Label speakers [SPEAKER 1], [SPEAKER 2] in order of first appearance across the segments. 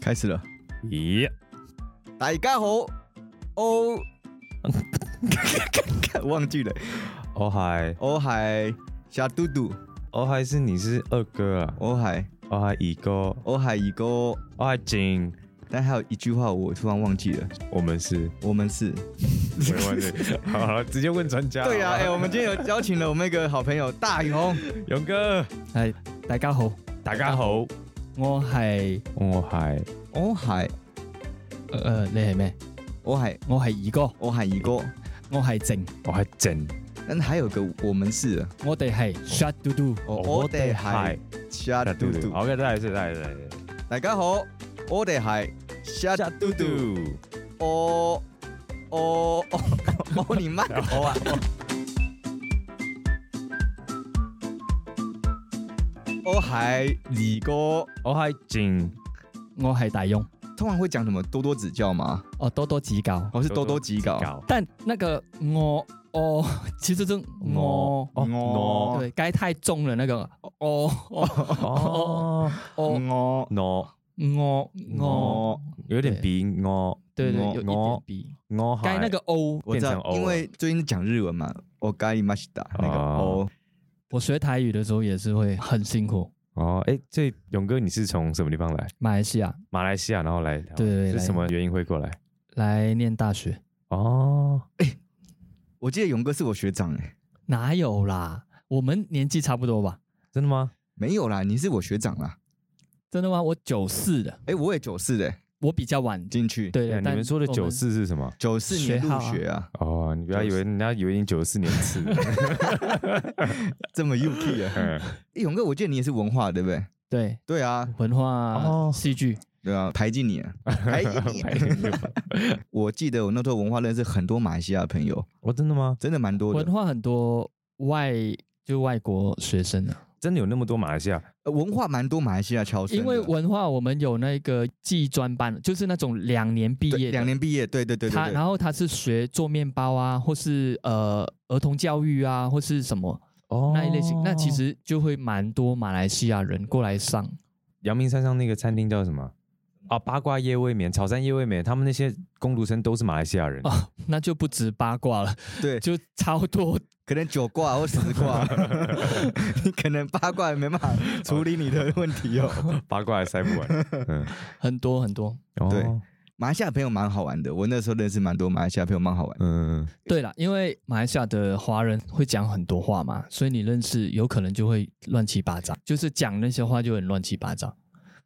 [SPEAKER 1] 开始了。
[SPEAKER 2] 咦，
[SPEAKER 1] 大家好，哦， 忘记了，
[SPEAKER 2] 哦嗨，
[SPEAKER 1] 哦嗨，小嘟嘟，
[SPEAKER 2] 哦嗨是你是二哥啊，
[SPEAKER 1] 哦嗨，
[SPEAKER 2] 哦嗨乙哥，
[SPEAKER 1] 哦嗨一个，
[SPEAKER 2] 哦嗨景，
[SPEAKER 1] 但还有一句话我突然忘记了，
[SPEAKER 2] 我们 是，
[SPEAKER 1] 我们是，
[SPEAKER 2] 我也忘记，好了，直接问专家。
[SPEAKER 1] 对呀、啊，哎、
[SPEAKER 2] 好不好
[SPEAKER 1] 我们今天有邀请了我们一个好朋友大勇，
[SPEAKER 2] 勇哥，
[SPEAKER 3] 系大家好，
[SPEAKER 2] 大家好，
[SPEAKER 3] 我系
[SPEAKER 2] 哦嗨，
[SPEAKER 1] 哦嗨，
[SPEAKER 3] 诶、呃你系咩？
[SPEAKER 1] 哦嗨，
[SPEAKER 3] 我系二哥，
[SPEAKER 1] 哦嗨一个，
[SPEAKER 3] 我系静，
[SPEAKER 2] 我嗨景，
[SPEAKER 1] 但还有个我们是，啊
[SPEAKER 3] 我哋系 shut do do。
[SPEAKER 1] 哦我哋系小
[SPEAKER 2] 大
[SPEAKER 1] 嘟
[SPEAKER 2] 嘟嘟
[SPEAKER 1] 嘟，
[SPEAKER 2] ，OK，再来一次，再来一次再来一次，
[SPEAKER 1] 大家好，我哋系小
[SPEAKER 2] 大
[SPEAKER 1] 嘟嘟。，哦哦哦哦哦，你慢 哦啊！哦嗨，李哥，
[SPEAKER 2] 哦嗨景，
[SPEAKER 3] 我系大庸，
[SPEAKER 1] 通常会讲什么多多指教吗？
[SPEAKER 3] 哦多多指教。
[SPEAKER 1] 我是多多指教。
[SPEAKER 3] 但那个我 哦，其实真我
[SPEAKER 2] 我哦我
[SPEAKER 3] 对该太重了那个哦哦
[SPEAKER 2] 哦
[SPEAKER 3] 哦
[SPEAKER 1] 我
[SPEAKER 2] 我
[SPEAKER 3] 我
[SPEAKER 1] 哦
[SPEAKER 3] 我，
[SPEAKER 1] 我
[SPEAKER 2] 有点鼻我
[SPEAKER 3] 对对，
[SPEAKER 1] 我
[SPEAKER 3] 有一
[SPEAKER 2] 我
[SPEAKER 3] 点鼻。
[SPEAKER 2] 我嗨
[SPEAKER 3] 该那个哦，
[SPEAKER 1] 我知
[SPEAKER 2] 变成
[SPEAKER 1] 道
[SPEAKER 2] 哦，了
[SPEAKER 1] 因为最近讲日文嘛，哦我咖喱马西达那个
[SPEAKER 2] 哦
[SPEAKER 1] 哦，
[SPEAKER 3] 我学台语的时候也是会很辛苦。
[SPEAKER 2] 哦，哎，这勇哥你是从什么地方来？
[SPEAKER 3] 马来西亚
[SPEAKER 2] 马来西亚，然后来台湾
[SPEAKER 3] 对对对
[SPEAKER 2] 是
[SPEAKER 3] 来
[SPEAKER 2] 什么原因会过来？
[SPEAKER 3] 来念大学
[SPEAKER 2] 哦，
[SPEAKER 1] 我记得勇哥是我学长哎，
[SPEAKER 3] 哪有啦？我们年纪差不多吧？
[SPEAKER 2] 真的吗？
[SPEAKER 1] 没有啦，你是我学长啦，
[SPEAKER 3] 真的吗？我九四的，
[SPEAKER 1] 哎，我也九四的
[SPEAKER 3] 我比较晚
[SPEAKER 1] 进去，
[SPEAKER 3] 对
[SPEAKER 2] 对啊，
[SPEAKER 3] 对，
[SPEAKER 2] 你
[SPEAKER 3] 但
[SPEAKER 2] 们说的
[SPEAKER 3] 我
[SPEAKER 2] 九四是什么？
[SPEAKER 1] 九四年入学啊，
[SPEAKER 2] 哦，你不要以为人家以为你九四年次，
[SPEAKER 1] 这么 UK 啊，
[SPEAKER 2] 嗯
[SPEAKER 1] 哎勇哥，我记得你也是文化对不对？
[SPEAKER 3] 对
[SPEAKER 1] 对啊，
[SPEAKER 3] 文
[SPEAKER 2] 哦
[SPEAKER 3] 化戏剧，
[SPEAKER 1] 对 啊，排挤你啊， 排挤你啊。我记得我那时候文化认识很多马来西亚的朋友，
[SPEAKER 2] 哦，真的吗？
[SPEAKER 1] 真的蛮多的
[SPEAKER 3] 文。化很多外就外国学生啊的，
[SPEAKER 2] 真的有那么多马来西亚？
[SPEAKER 1] 呃文化蛮多马来西亚侨生的，
[SPEAKER 3] 因为文化我们有那个技专班，就是那种两年毕
[SPEAKER 1] 对
[SPEAKER 3] 业的，
[SPEAKER 1] 两年毕业，对对对
[SPEAKER 3] 他
[SPEAKER 1] 对对
[SPEAKER 3] 然。后他是学做面包啊，或是呃儿童教育啊，或是什么
[SPEAKER 2] 哦
[SPEAKER 3] 那一类型，那其实就会蛮多马来西亚人过来上。
[SPEAKER 2] 阳明山上那个餐厅叫什么？啊，八卦夜未眠，草山夜未眠，他们那些工读生都是马来西亚人
[SPEAKER 3] 哦。那就不止八卦了，
[SPEAKER 1] 对，
[SPEAKER 3] 就超多
[SPEAKER 1] 可能九卦或十 卦， 你可能八卦也没办法处理你的问题 哦。
[SPEAKER 2] 八卦还塞不 完。嗯，
[SPEAKER 3] 很多很多。
[SPEAKER 2] 哦
[SPEAKER 1] 对马来西亚朋友蛮好玩的，我那时候认识蛮多马来西亚朋友，蛮好玩的。
[SPEAKER 2] 嗯，
[SPEAKER 3] 对啦，因为马来西亚的华人会讲很多话嘛，所以你认识有可能就会乱七八糟，就是讲那些话就很乱七八糟。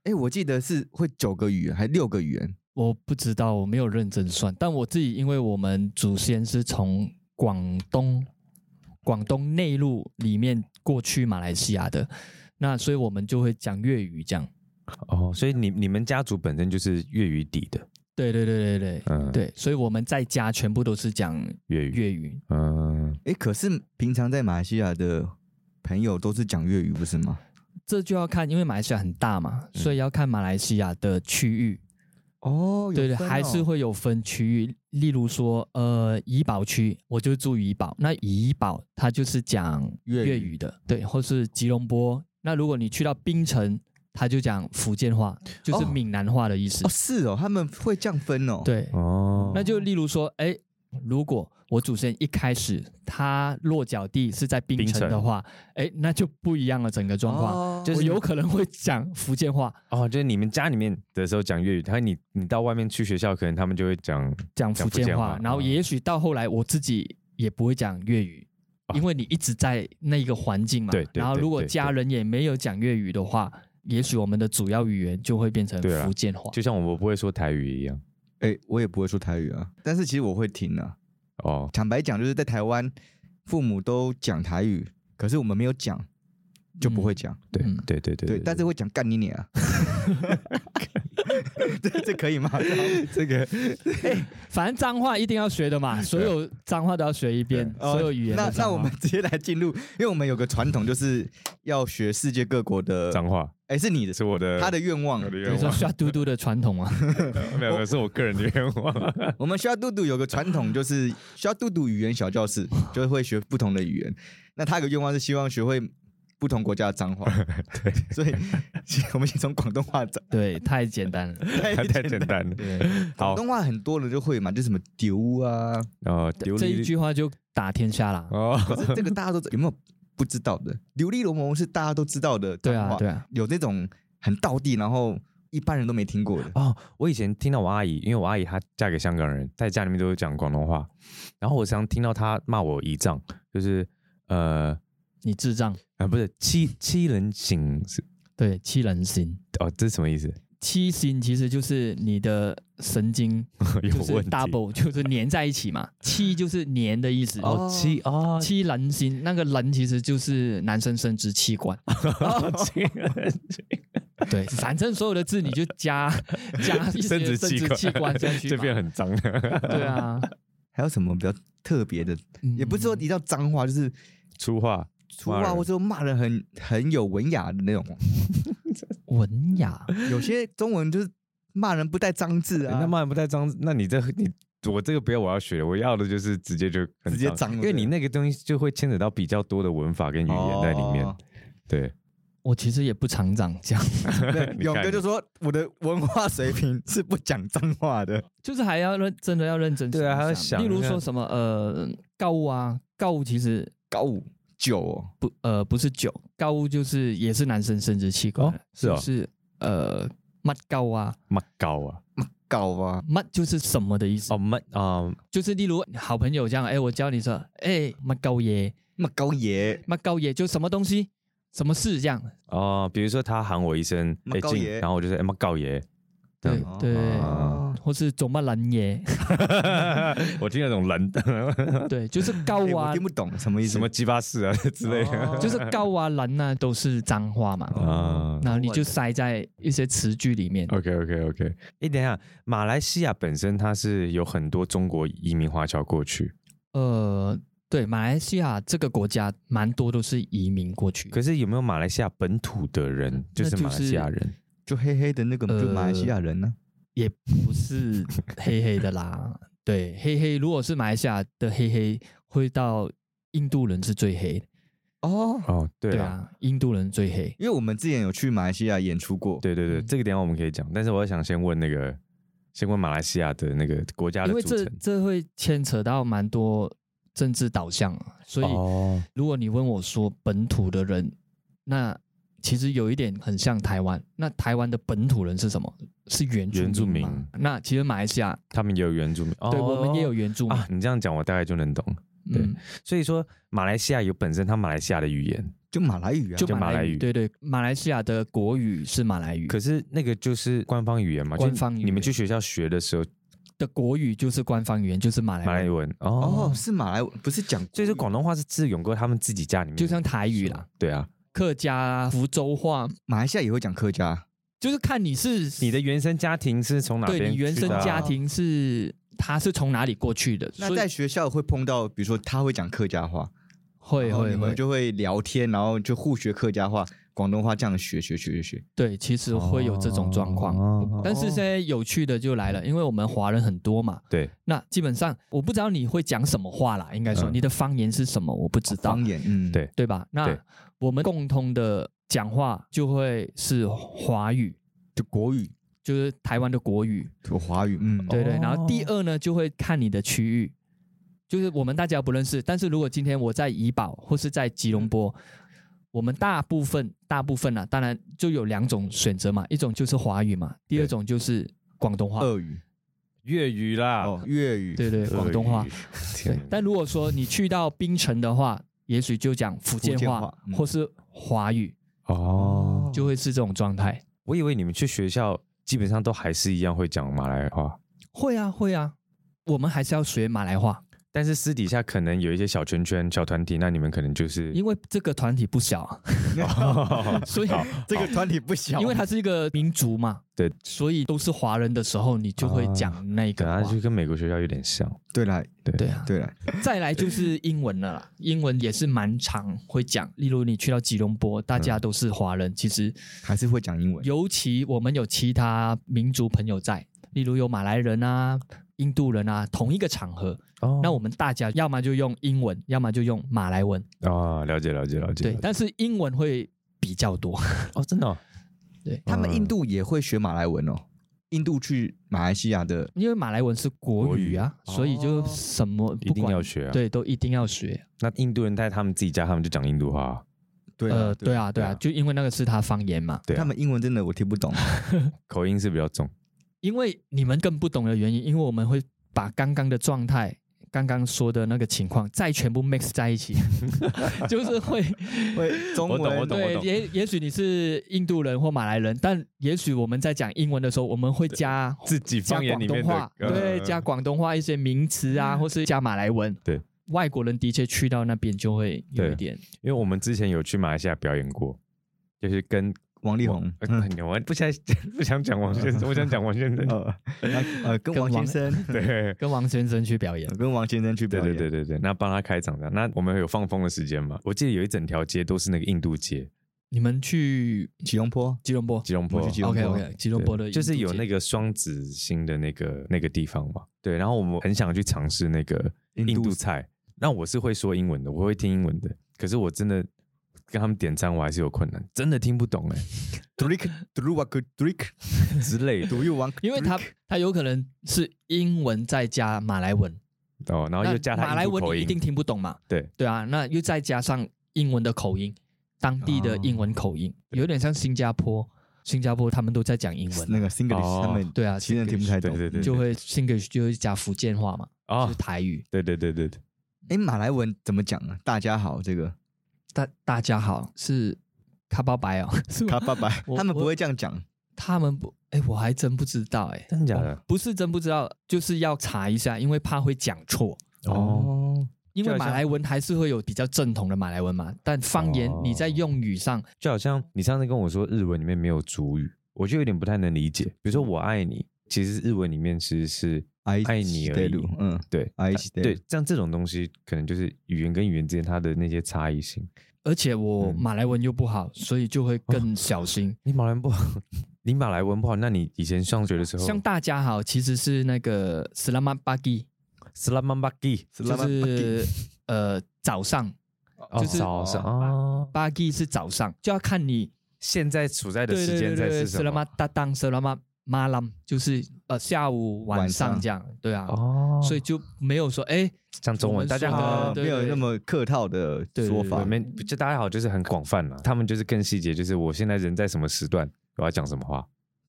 [SPEAKER 1] 哎，我记得是会九个语言，还六个语言。
[SPEAKER 3] 我不知道，我没有认真算，但我自己因为我们祖先是从广东广东内陆里面过去马来西亚的，那所以我们就会讲粤语这样。
[SPEAKER 2] 哦，所以你你们家族本身就是粤语底的，
[SPEAKER 3] 对对对对对、
[SPEAKER 2] 嗯，，
[SPEAKER 3] 对，所以我们在家全部都是讲
[SPEAKER 2] 粤语，
[SPEAKER 3] 粤语。
[SPEAKER 2] 嗯，
[SPEAKER 1] 哎，可是平常在马来西亚的朋友都是讲粤语，不是吗？
[SPEAKER 3] 这就要看，因为马来西亚很大嘛，
[SPEAKER 2] 嗯
[SPEAKER 3] 所以要看马来西亚的区域。
[SPEAKER 1] 哦，有
[SPEAKER 3] 对对，
[SPEAKER 1] 分
[SPEAKER 3] 还
[SPEAKER 1] 哦
[SPEAKER 3] 是会有分区域，例如说，呃，怡保区，我就住怡保，那怡保它就是讲
[SPEAKER 1] 粤
[SPEAKER 3] 粤
[SPEAKER 1] 语
[SPEAKER 3] 语的，对，或是吉隆坡，那如果你去到槟城，它就讲福建话，就是
[SPEAKER 1] 哦
[SPEAKER 3] 闽南话的意思，
[SPEAKER 1] 哦，是哦，他们会这样分哦。
[SPEAKER 3] 对，
[SPEAKER 2] 哦，
[SPEAKER 3] 那就例如说，哎，如果我祖先一开始他落脚地是在槟
[SPEAKER 2] 槟
[SPEAKER 3] 城的
[SPEAKER 2] 城
[SPEAKER 3] 话，哎，那就不一样了，整个状况。
[SPEAKER 1] 哦
[SPEAKER 3] 就是有可能会讲福建话，
[SPEAKER 2] 哦，就是你们家里面的时候讲粤语，然后你你到外面去学校，可能他们就会讲
[SPEAKER 3] 讲
[SPEAKER 2] 讲福
[SPEAKER 3] 福
[SPEAKER 2] 建
[SPEAKER 3] 建
[SPEAKER 2] 话
[SPEAKER 3] 话，然后
[SPEAKER 2] 哦
[SPEAKER 3] 也许到后来我自己也不会讲粤语，
[SPEAKER 2] 哦
[SPEAKER 3] 因为你一直在那个环境嘛。
[SPEAKER 2] 对对
[SPEAKER 3] 然后
[SPEAKER 2] 对
[SPEAKER 3] 如果
[SPEAKER 2] 对
[SPEAKER 3] 家
[SPEAKER 2] 对
[SPEAKER 3] 人也没有讲粤语的话，也许我们的主要语言就会变成
[SPEAKER 2] 对啊
[SPEAKER 3] 福建话。
[SPEAKER 2] 就像我不会说台语一样。
[SPEAKER 1] 哎、我也不会说台语啊，但是其实我会听啊。
[SPEAKER 2] 哦，
[SPEAKER 1] 坦白讲，就是在台湾，父母都讲台语，可是我们没有讲，就不会讲。
[SPEAKER 2] 对
[SPEAKER 3] 嗯
[SPEAKER 2] 对对对
[SPEAKER 1] 对，但是会讲干你娘啊。 这这可以 吗？这个
[SPEAKER 3] 反正脏话一定要学的
[SPEAKER 2] 啊
[SPEAKER 3] 嘛，所有脏话都要学一遍，
[SPEAKER 1] 哦
[SPEAKER 3] 所有语言
[SPEAKER 1] 那
[SPEAKER 3] 的
[SPEAKER 1] 那
[SPEAKER 3] 脏
[SPEAKER 1] 我
[SPEAKER 3] 话。
[SPEAKER 1] 们直接来进入，因为我们有个传统，就是要学世界各国的。
[SPEAKER 2] 脏话
[SPEAKER 1] 哎、是你的，
[SPEAKER 2] 是我的，
[SPEAKER 1] 他的愿望
[SPEAKER 2] 我。的
[SPEAKER 3] 你
[SPEAKER 2] 愿
[SPEAKER 3] 说
[SPEAKER 2] 望，
[SPEAKER 3] 刷嘟嘟的传统啊，
[SPEAKER 2] 没有没有，是我个人的愿 望。
[SPEAKER 1] 我们小杜杜有个传 统，就是小杜杜语言小教室，就是会学不同的语言。那他有个愿望是希望学会不同国家的脏话，
[SPEAKER 2] 对，
[SPEAKER 1] 所以 其实我们先从广东话讲，
[SPEAKER 3] 对，太简 单了。
[SPEAKER 1] 太
[SPEAKER 2] 太简单了。
[SPEAKER 3] 对，
[SPEAKER 1] 广
[SPEAKER 2] 好，
[SPEAKER 1] 东话很多人就会嘛，就什么丢 啊，
[SPEAKER 2] 呃，琉
[SPEAKER 3] 这一
[SPEAKER 2] 璃
[SPEAKER 3] 句话就打天下啦。
[SPEAKER 2] 哦，
[SPEAKER 1] 可是这个大家都有没有不知道的？琉璃龙王是大家都知道的
[SPEAKER 3] 对
[SPEAKER 1] 脏
[SPEAKER 3] 啊
[SPEAKER 1] 话，，
[SPEAKER 3] 对啊，
[SPEAKER 1] 有那种很道地，然后一般人都没听过的。
[SPEAKER 2] 哦，我以前听到我阿姨，因为我阿姨她嫁给香港人，在家里面都有讲广东话，然后我常听到她骂我姨丈，就是呃
[SPEAKER 3] 你智障。
[SPEAKER 2] 啊不是七七人行是
[SPEAKER 3] 对，七人心，
[SPEAKER 2] 哦，这是什么意思？
[SPEAKER 3] 七心其实就是你的神经
[SPEAKER 2] 有
[SPEAKER 3] 就是
[SPEAKER 2] 问题
[SPEAKER 3] double 就是粘在一起嘛， 七就是粘的意思。
[SPEAKER 2] 哦七哦
[SPEAKER 3] 七人心，那个人其实就是男生生殖器官。
[SPEAKER 2] 哦七人行
[SPEAKER 3] 对，反正所有的字你就 加加一些
[SPEAKER 2] 生殖器
[SPEAKER 3] 器
[SPEAKER 2] 官
[SPEAKER 3] 官下去嘛，
[SPEAKER 2] 这边很脏，
[SPEAKER 3] 对啊，
[SPEAKER 1] 还有什么比较特别的？
[SPEAKER 3] 嗯
[SPEAKER 1] 也不是说一定要脏话，就是
[SPEAKER 2] 粗话
[SPEAKER 1] 粗
[SPEAKER 2] 骂
[SPEAKER 1] 话，
[SPEAKER 2] 人
[SPEAKER 1] 或者说骂人很很有文雅的那种。
[SPEAKER 3] 嗯文雅，
[SPEAKER 1] 有些中文就是骂人不带脏字啊，
[SPEAKER 2] 那骂人不带脏，那你这你我这个不要我要学的，我要的就是直接就很
[SPEAKER 1] 直接脏了
[SPEAKER 2] 因为你那个东西就会牵扯到比较多的文法跟语言在里面。
[SPEAKER 1] 哦
[SPEAKER 2] 对，
[SPEAKER 3] 我其实也不常讲这样，
[SPEAKER 1] 对
[SPEAKER 2] 你
[SPEAKER 1] 勇
[SPEAKER 2] 看
[SPEAKER 1] 哥就说我的文化水平是不讲脏话的。
[SPEAKER 3] 就是还要认真的要认真
[SPEAKER 2] 对啊
[SPEAKER 3] 一下
[SPEAKER 2] 还要想
[SPEAKER 3] 例如
[SPEAKER 2] 一下
[SPEAKER 3] 说什么呃告物啊，告物其实
[SPEAKER 1] 高五九哦，
[SPEAKER 3] 不呃不是酒，告物就是也是男生生殖器官
[SPEAKER 2] 哦，是
[SPEAKER 1] 啊
[SPEAKER 2] 哦
[SPEAKER 3] 就是呃乜告啊，
[SPEAKER 2] 骂高啊，
[SPEAKER 1] 高啊，
[SPEAKER 3] 乜就是什么的意思，
[SPEAKER 2] 哦骂啊，
[SPEAKER 3] 就是例如好朋友这样，哎，我教你说，哎乜告耶，
[SPEAKER 1] 那么高爷，
[SPEAKER 3] 乜告耶就什么东西，什么事这样，
[SPEAKER 2] 哦，比如说他喊我一声“
[SPEAKER 1] 骂
[SPEAKER 2] 哎
[SPEAKER 1] 高
[SPEAKER 2] 进”，
[SPEAKER 1] 爷
[SPEAKER 2] 然后我就说“哎妈告爷
[SPEAKER 3] 对
[SPEAKER 2] 嗯
[SPEAKER 3] 对，
[SPEAKER 1] 哦
[SPEAKER 3] 或是做乜撚耶，”，
[SPEAKER 2] 我听得懂人
[SPEAKER 3] 对，就是告
[SPEAKER 1] 哎我
[SPEAKER 3] 啊
[SPEAKER 1] 听，不懂什么意思，
[SPEAKER 2] 什么鸡巴事啊之类的
[SPEAKER 1] 哦
[SPEAKER 3] 就是告啊人啊都是脏话嘛，
[SPEAKER 2] 啊。
[SPEAKER 3] 然后你就塞在一些词句里面，
[SPEAKER 2] OK OK OK，哎、等一下，马来西亚本身它是有很多中国移民华侨过去，
[SPEAKER 3] 呃。对，马来西亚这个国家蛮多都是移民过去的，
[SPEAKER 2] 可是有没有马来西亚本土的人，就
[SPEAKER 3] 那
[SPEAKER 2] 是
[SPEAKER 3] 就
[SPEAKER 2] 马来西亚
[SPEAKER 3] 是
[SPEAKER 2] 人？
[SPEAKER 1] 就黑黑的那个，就马来西亚人呢、
[SPEAKER 3] 也不是黑黑的啦。对，黑黑如果是马来西亚的黑黑，会到印度人是最黑的。
[SPEAKER 1] 哦，
[SPEAKER 2] 哦，对
[SPEAKER 3] 对
[SPEAKER 2] 啊，
[SPEAKER 3] 啊，印度人最黑。
[SPEAKER 1] 因为我们之前有去马来西亚演出过，
[SPEAKER 2] 对对对，
[SPEAKER 3] 嗯
[SPEAKER 2] 这个等一下我们可以讲，但是我想先问那个，先问马来西亚的那个国家
[SPEAKER 3] 因
[SPEAKER 2] 的
[SPEAKER 3] 为
[SPEAKER 2] 组
[SPEAKER 3] 这
[SPEAKER 2] 成。
[SPEAKER 3] 这会牵扯到蛮多政治导向啊，所以
[SPEAKER 2] 哦，
[SPEAKER 3] 如果你问我说本土的人，那其实有一点很像台湾。那台湾的本土人是什么？是原住
[SPEAKER 2] 原住
[SPEAKER 3] 民嘛。
[SPEAKER 2] 民
[SPEAKER 3] 那其实马来西亚，
[SPEAKER 2] 他们也有原住民，哦、
[SPEAKER 3] 对我们也有原住民。
[SPEAKER 2] 啊。你这样讲，我大概就能懂。对
[SPEAKER 3] 嗯，
[SPEAKER 2] 所以说，马来西亚有本身它马来西亚的语言，
[SPEAKER 1] 就马来语啊，
[SPEAKER 3] 就
[SPEAKER 2] 就马来语
[SPEAKER 3] 对对，马来西亚的国语是马来语。
[SPEAKER 2] 可是那个就是官方语言嘛，就
[SPEAKER 3] 官方语言
[SPEAKER 2] 你们去学校学的时候，
[SPEAKER 3] 的国语就是官方语言，就是马来
[SPEAKER 2] 马来
[SPEAKER 3] 语，
[SPEAKER 2] 文
[SPEAKER 1] 哦
[SPEAKER 2] 哦，
[SPEAKER 1] 是马来，不是讲，
[SPEAKER 2] 所以说广东话是自勇哥他们自己家里面，
[SPEAKER 3] 嗯就像台语啦、
[SPEAKER 2] 对啊，
[SPEAKER 3] 客家啊、福州话，
[SPEAKER 1] 马来西亚也会讲客家，
[SPEAKER 3] 就是看你是
[SPEAKER 2] 你的原生家庭是从哪边去的啊？
[SPEAKER 3] 对你原生家庭是他是从哪里过去的，
[SPEAKER 1] 那
[SPEAKER 3] 所
[SPEAKER 1] 在
[SPEAKER 3] 以
[SPEAKER 1] 学校会碰到，比如说他会讲客家话，
[SPEAKER 3] 会
[SPEAKER 1] 然后
[SPEAKER 3] 会
[SPEAKER 1] 哦你们
[SPEAKER 3] 会，
[SPEAKER 1] 就会聊天，然后就互学客家话、广东话这样学学学学 学。
[SPEAKER 3] 对，其实会有这种状况。
[SPEAKER 2] 哦
[SPEAKER 3] 但是现在有趣的就
[SPEAKER 1] 嗯
[SPEAKER 3] 来了，因为我们华人很多嘛，
[SPEAKER 2] 对，
[SPEAKER 3] 那基本上我不知道你会讲什么话啦，应该说、
[SPEAKER 2] 嗯
[SPEAKER 3] 你的方言是什么，我不知道，
[SPEAKER 1] 方言，嗯，
[SPEAKER 2] 对
[SPEAKER 3] 对吧？
[SPEAKER 2] 对
[SPEAKER 3] 那我们共通的讲话就会是华语，
[SPEAKER 1] 就国语，
[SPEAKER 3] 就是台湾的国语。
[SPEAKER 1] 就华语，嗯，
[SPEAKER 3] 对对，
[SPEAKER 2] 哦
[SPEAKER 3] 然后第二呢，就会看你的区域，就是我们大家不认识，但是如果今天我在怡保或是在吉隆坡，我们大部分大部分啊，当然就有两种选择嘛，一种就是华语嘛，第二
[SPEAKER 2] 对
[SPEAKER 3] 种就是广东话，
[SPEAKER 1] 俄语，
[SPEAKER 2] 粤语啦，
[SPEAKER 1] 哦，粤语，
[SPEAKER 3] 对对，
[SPEAKER 2] 粤语
[SPEAKER 3] 广东话。，
[SPEAKER 2] 天
[SPEAKER 3] 对，
[SPEAKER 2] 哪
[SPEAKER 3] 但如果说你去到槟城的话，也许就讲福建
[SPEAKER 1] 建
[SPEAKER 3] 话
[SPEAKER 1] 话嗯
[SPEAKER 3] 或是华语，
[SPEAKER 2] 哦，
[SPEAKER 3] 就会是这种状态。
[SPEAKER 2] 我以为你们去学校基本上都还是一样会讲马来话，
[SPEAKER 3] 会啊，会啊，我们还是要学马来话，
[SPEAKER 2] 但是私底下可能有一些小圈圈、小团体，那你们可能就是
[SPEAKER 3] 因为这个团体不小啊，所以
[SPEAKER 2] 好
[SPEAKER 1] 这个团体不小，
[SPEAKER 3] 因为它是一个民族嘛，
[SPEAKER 2] 对，
[SPEAKER 3] 所以都是华人的时候，你就会讲那
[SPEAKER 2] 可
[SPEAKER 3] 个
[SPEAKER 2] 能
[SPEAKER 3] 话。
[SPEAKER 2] 就跟美国学校有点像。
[SPEAKER 1] 对啦，
[SPEAKER 3] 对啊，
[SPEAKER 1] 对啦，
[SPEAKER 3] 再来就是英文了啦，英文也是蛮常会讲。例如你去到吉隆坡，大家都是华人，其实
[SPEAKER 1] 还是会讲英文，
[SPEAKER 3] 尤其我们有其他民族朋友在，例如有马来人啊、印度人啊，同一个场合，
[SPEAKER 2] 哦
[SPEAKER 3] 那我们大家要么就用英文，要么就用马来文，
[SPEAKER 2] 啊，了解了解了解。
[SPEAKER 3] 对，但是英文会比较多。
[SPEAKER 2] 哦，真的哦
[SPEAKER 1] 他们
[SPEAKER 2] 嗯
[SPEAKER 1] 印度也会学马来文哦。印度去马来西亚的
[SPEAKER 3] 因为马来文是国语啊，
[SPEAKER 2] 国语
[SPEAKER 3] 所以就
[SPEAKER 1] 哦
[SPEAKER 3] 什么
[SPEAKER 2] 一
[SPEAKER 3] 不
[SPEAKER 2] 定
[SPEAKER 3] 管
[SPEAKER 2] 要学啊。，
[SPEAKER 3] 对都一定要学。
[SPEAKER 2] 那印度人在他们自己家，他们就讲印度话啊，
[SPEAKER 1] 对
[SPEAKER 3] 呃，对啊，对啊，就因为那个是他方言嘛。
[SPEAKER 2] 对啊
[SPEAKER 1] 他们英文真的我听不 懂。
[SPEAKER 2] 口音是比较重。
[SPEAKER 3] 因为你们更不懂的原因，因为我们会把刚刚的状态。刚刚说的那个情况，再全部 mix 在 一起，就是会
[SPEAKER 1] 会中
[SPEAKER 2] 我懂
[SPEAKER 1] 文
[SPEAKER 2] 我懂
[SPEAKER 3] 对，也也许你是印度人或马来人，但也许我们在讲英文的时候，我们会加
[SPEAKER 2] 自己
[SPEAKER 3] 加
[SPEAKER 2] 方言
[SPEAKER 3] 广
[SPEAKER 2] 里
[SPEAKER 3] 东
[SPEAKER 2] 面
[SPEAKER 3] 话
[SPEAKER 2] 的，，呃嗯
[SPEAKER 3] 对，加广东话一些名词啊，或是加马来文。
[SPEAKER 2] 对，
[SPEAKER 3] 外国人的确去到那边就会有一点，
[SPEAKER 2] 因为我们之前有去马来西亚表演过，就是跟
[SPEAKER 1] 王力宏，
[SPEAKER 2] 呃
[SPEAKER 3] 嗯
[SPEAKER 2] 我不想 不想讲王先生，我想讲王先生。
[SPEAKER 3] 哦
[SPEAKER 1] 呃那呃，跟
[SPEAKER 3] 跟
[SPEAKER 1] 王
[SPEAKER 3] 王
[SPEAKER 1] 先生，
[SPEAKER 2] 对
[SPEAKER 3] 跟王先生去表演。
[SPEAKER 1] 跟王先生去表
[SPEAKER 2] 对
[SPEAKER 1] 演，
[SPEAKER 2] 对对对对，那帮他开场的。那我们有放风的时间嘛？我记得有一整条街都是那个印度街，
[SPEAKER 3] 你们去
[SPEAKER 1] 吉隆坡，
[SPEAKER 3] 吉隆坡
[SPEAKER 2] 吉隆
[SPEAKER 1] 我
[SPEAKER 2] 坡
[SPEAKER 1] 们去吉隆坡
[SPEAKER 3] ？OK OK，吉隆坡的
[SPEAKER 2] 对就是有那
[SPEAKER 3] 个
[SPEAKER 2] 个双子星的那个那个地方嘛。对，然后我们很想去尝试那个印度菜。那我是会说英文的，我会听英文的，可是我真的跟他们点餐我还是有困难，真的听不懂哎、
[SPEAKER 1] drink do what drink
[SPEAKER 2] 之类的
[SPEAKER 1] do you want，
[SPEAKER 3] 因为他他有可能是英文再加马来文，
[SPEAKER 2] 哦，然后
[SPEAKER 3] 那
[SPEAKER 2] 又加
[SPEAKER 3] 马
[SPEAKER 2] 他
[SPEAKER 3] 来
[SPEAKER 2] 印度
[SPEAKER 3] 文
[SPEAKER 2] 口
[SPEAKER 3] 你一定
[SPEAKER 2] 音，
[SPEAKER 3] 听不懂嘛？
[SPEAKER 2] 对
[SPEAKER 3] 对啊，那又再加上英文的口音，当地的英文口
[SPEAKER 2] 哦
[SPEAKER 3] 音，有点像新加坡，新加坡他们都在讲英文，
[SPEAKER 1] 那个 Singlish，
[SPEAKER 2] 哦
[SPEAKER 1] 他们
[SPEAKER 3] 对啊，
[SPEAKER 1] 其实听不太懂。
[SPEAKER 2] 对对对
[SPEAKER 3] 就会 Singlish 就会加福建话嘛，就
[SPEAKER 2] 哦
[SPEAKER 3] 是，台语。
[SPEAKER 2] 对对对对对，
[SPEAKER 1] 哎，马来文怎么讲啊？大家好，这个
[SPEAKER 3] 大大家好，是卡 巴白哦，是吗
[SPEAKER 1] 卡爸爸，
[SPEAKER 3] 我
[SPEAKER 1] 他们不
[SPEAKER 3] 我
[SPEAKER 1] 会这样讲。
[SPEAKER 3] 他们不，哎，我还真不知道，哎，
[SPEAKER 2] 真的假
[SPEAKER 3] 哦？不是真不知道，就是要查一下，因为怕会讲错。
[SPEAKER 2] 哦，
[SPEAKER 3] 因
[SPEAKER 2] 就
[SPEAKER 3] 为
[SPEAKER 2] 好像
[SPEAKER 3] 马来文还是会有比较正统的马来文嘛，但方言
[SPEAKER 2] 哦
[SPEAKER 3] 你在用语上，
[SPEAKER 2] 就好像你上次跟我说日文里面没有主语，我就有点不太能理解。比如说“我爱你”，其实日文里面其实是嗯爱你而已
[SPEAKER 1] 路，嗯，
[SPEAKER 2] 对啊
[SPEAKER 1] 爱
[SPEAKER 2] 对，像这种东西，可能就是语言跟语言之间它的那些差异性。
[SPEAKER 3] 而且我
[SPEAKER 2] 嗯
[SPEAKER 3] 马来文又不好，所以就会更小 心。
[SPEAKER 2] 你马来文不好，你马来文不好，那你以前上学的时候，
[SPEAKER 3] 像大家好，其实是那个 selamat pagi，
[SPEAKER 2] 斯拉曼巴基，
[SPEAKER 3] 就
[SPEAKER 1] Selamat
[SPEAKER 3] 是呃早上
[SPEAKER 2] 哦，
[SPEAKER 3] 就是
[SPEAKER 2] 早上啊，
[SPEAKER 3] ，pagi 是早上，就要看你
[SPEAKER 2] 现在处在的
[SPEAKER 3] 对
[SPEAKER 2] 时
[SPEAKER 3] 对对
[SPEAKER 2] 间在
[SPEAKER 3] 对
[SPEAKER 2] 是什么
[SPEAKER 3] selamat？datang selamat malam，就是呃下午晚
[SPEAKER 1] 晚
[SPEAKER 3] 上
[SPEAKER 1] 上
[SPEAKER 3] 这样，对啊，
[SPEAKER 2] 哦，
[SPEAKER 3] 所以就没有说哎
[SPEAKER 2] 像中
[SPEAKER 3] 我
[SPEAKER 2] 文，
[SPEAKER 3] 们
[SPEAKER 2] 大家
[SPEAKER 3] 说的
[SPEAKER 2] 好
[SPEAKER 1] 啊，，
[SPEAKER 3] 对
[SPEAKER 1] 没有
[SPEAKER 3] 对
[SPEAKER 1] 那么客套的
[SPEAKER 3] 对
[SPEAKER 1] 说
[SPEAKER 2] 我
[SPEAKER 1] 法。
[SPEAKER 2] 们就大家好，就是很广泛了。他们就是更细节，就是我现在人在什么时段，我要讲什么话。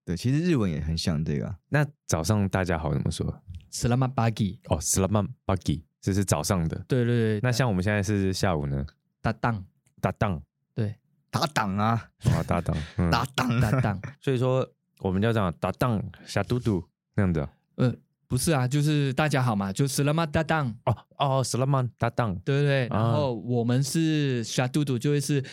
[SPEAKER 1] 对，其实日文也很像这个啊，
[SPEAKER 2] 那早上大家好怎么说？
[SPEAKER 3] selamat pagi，
[SPEAKER 2] 哦 s l a m a n b a g i 这是早上的。
[SPEAKER 3] 对对对，
[SPEAKER 2] 那像我们现在是下午呢，
[SPEAKER 3] datang
[SPEAKER 2] 搭档
[SPEAKER 1] 打档啊，
[SPEAKER 2] 啊，搭档，嗯，
[SPEAKER 1] 打档啊，
[SPEAKER 3] datang。
[SPEAKER 2] 所以说我们要讲搭档小嘟嘟那样的。
[SPEAKER 3] 呃，不是啊，就是大家好嘛，就 Selamat datang，
[SPEAKER 2] 哦哦 s l a m a n 搭档
[SPEAKER 3] 对不对？
[SPEAKER 2] 啊
[SPEAKER 3] 然后我们是 s h a d u d u 就会是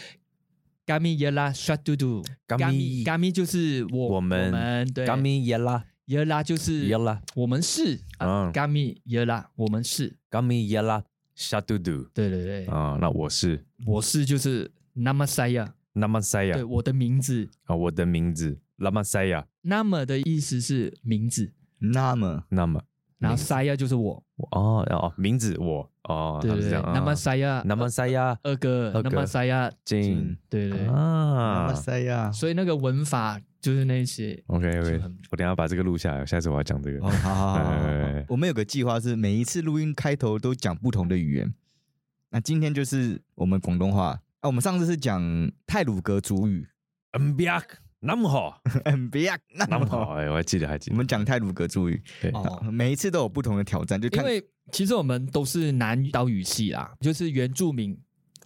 [SPEAKER 3] Gami Yela s h a d u d u
[SPEAKER 2] Kami
[SPEAKER 3] Gami 就是我
[SPEAKER 2] 我们
[SPEAKER 3] 们对
[SPEAKER 2] ，Gami Yela
[SPEAKER 3] Yela 就是我们是啊
[SPEAKER 2] 嗯
[SPEAKER 3] Gami Yela 我们是，
[SPEAKER 2] Yela，Gami Yela 小嘟嘟
[SPEAKER 3] 对对对，
[SPEAKER 2] 啊。那我是
[SPEAKER 3] 我是就是 Namasaya，对
[SPEAKER 2] Namasaya
[SPEAKER 3] 我的名字
[SPEAKER 2] 啊，我的名字 Namasaya，
[SPEAKER 3] ，Nama 的意思是名字，
[SPEAKER 1] 那么
[SPEAKER 2] 那么
[SPEAKER 3] 然后
[SPEAKER 2] 名字
[SPEAKER 3] Saya 就是我，
[SPEAKER 2] 哦哦名字我哦，
[SPEAKER 3] 对
[SPEAKER 2] 他
[SPEAKER 3] 对
[SPEAKER 2] 是这
[SPEAKER 3] 对
[SPEAKER 2] 样
[SPEAKER 3] ，Namasaya
[SPEAKER 2] ，Namasaya
[SPEAKER 3] 二哥
[SPEAKER 2] 二哥
[SPEAKER 3] ，Namasaya
[SPEAKER 2] 进
[SPEAKER 3] 对对对。
[SPEAKER 1] 那么
[SPEAKER 2] 啊。
[SPEAKER 1] 塞呀，
[SPEAKER 3] 所以那个文法就是那些
[SPEAKER 2] OK
[SPEAKER 3] 就
[SPEAKER 2] OK，
[SPEAKER 3] 很
[SPEAKER 2] 我等一下把这个录下来，下次我要讲这个。
[SPEAKER 1] 哦，好好好好好
[SPEAKER 2] 哎哎哎
[SPEAKER 1] 好，我们有个计划是每一次录音开头都讲不同的语言。那今天就是我们广东话啊，我们上次是讲泰鲁格族语
[SPEAKER 2] N B A 那么 好，
[SPEAKER 1] 嗯，别呀，那
[SPEAKER 2] 那么
[SPEAKER 1] 好
[SPEAKER 2] 好，哎，我还记得，还记
[SPEAKER 1] 我
[SPEAKER 2] 得。
[SPEAKER 1] 们讲泰鲁格族语，
[SPEAKER 2] 对
[SPEAKER 1] 好每一次都有不同的挑战，就
[SPEAKER 3] 哦因
[SPEAKER 1] 看
[SPEAKER 3] 为其实我们都是南岛语系啦，就是原住民，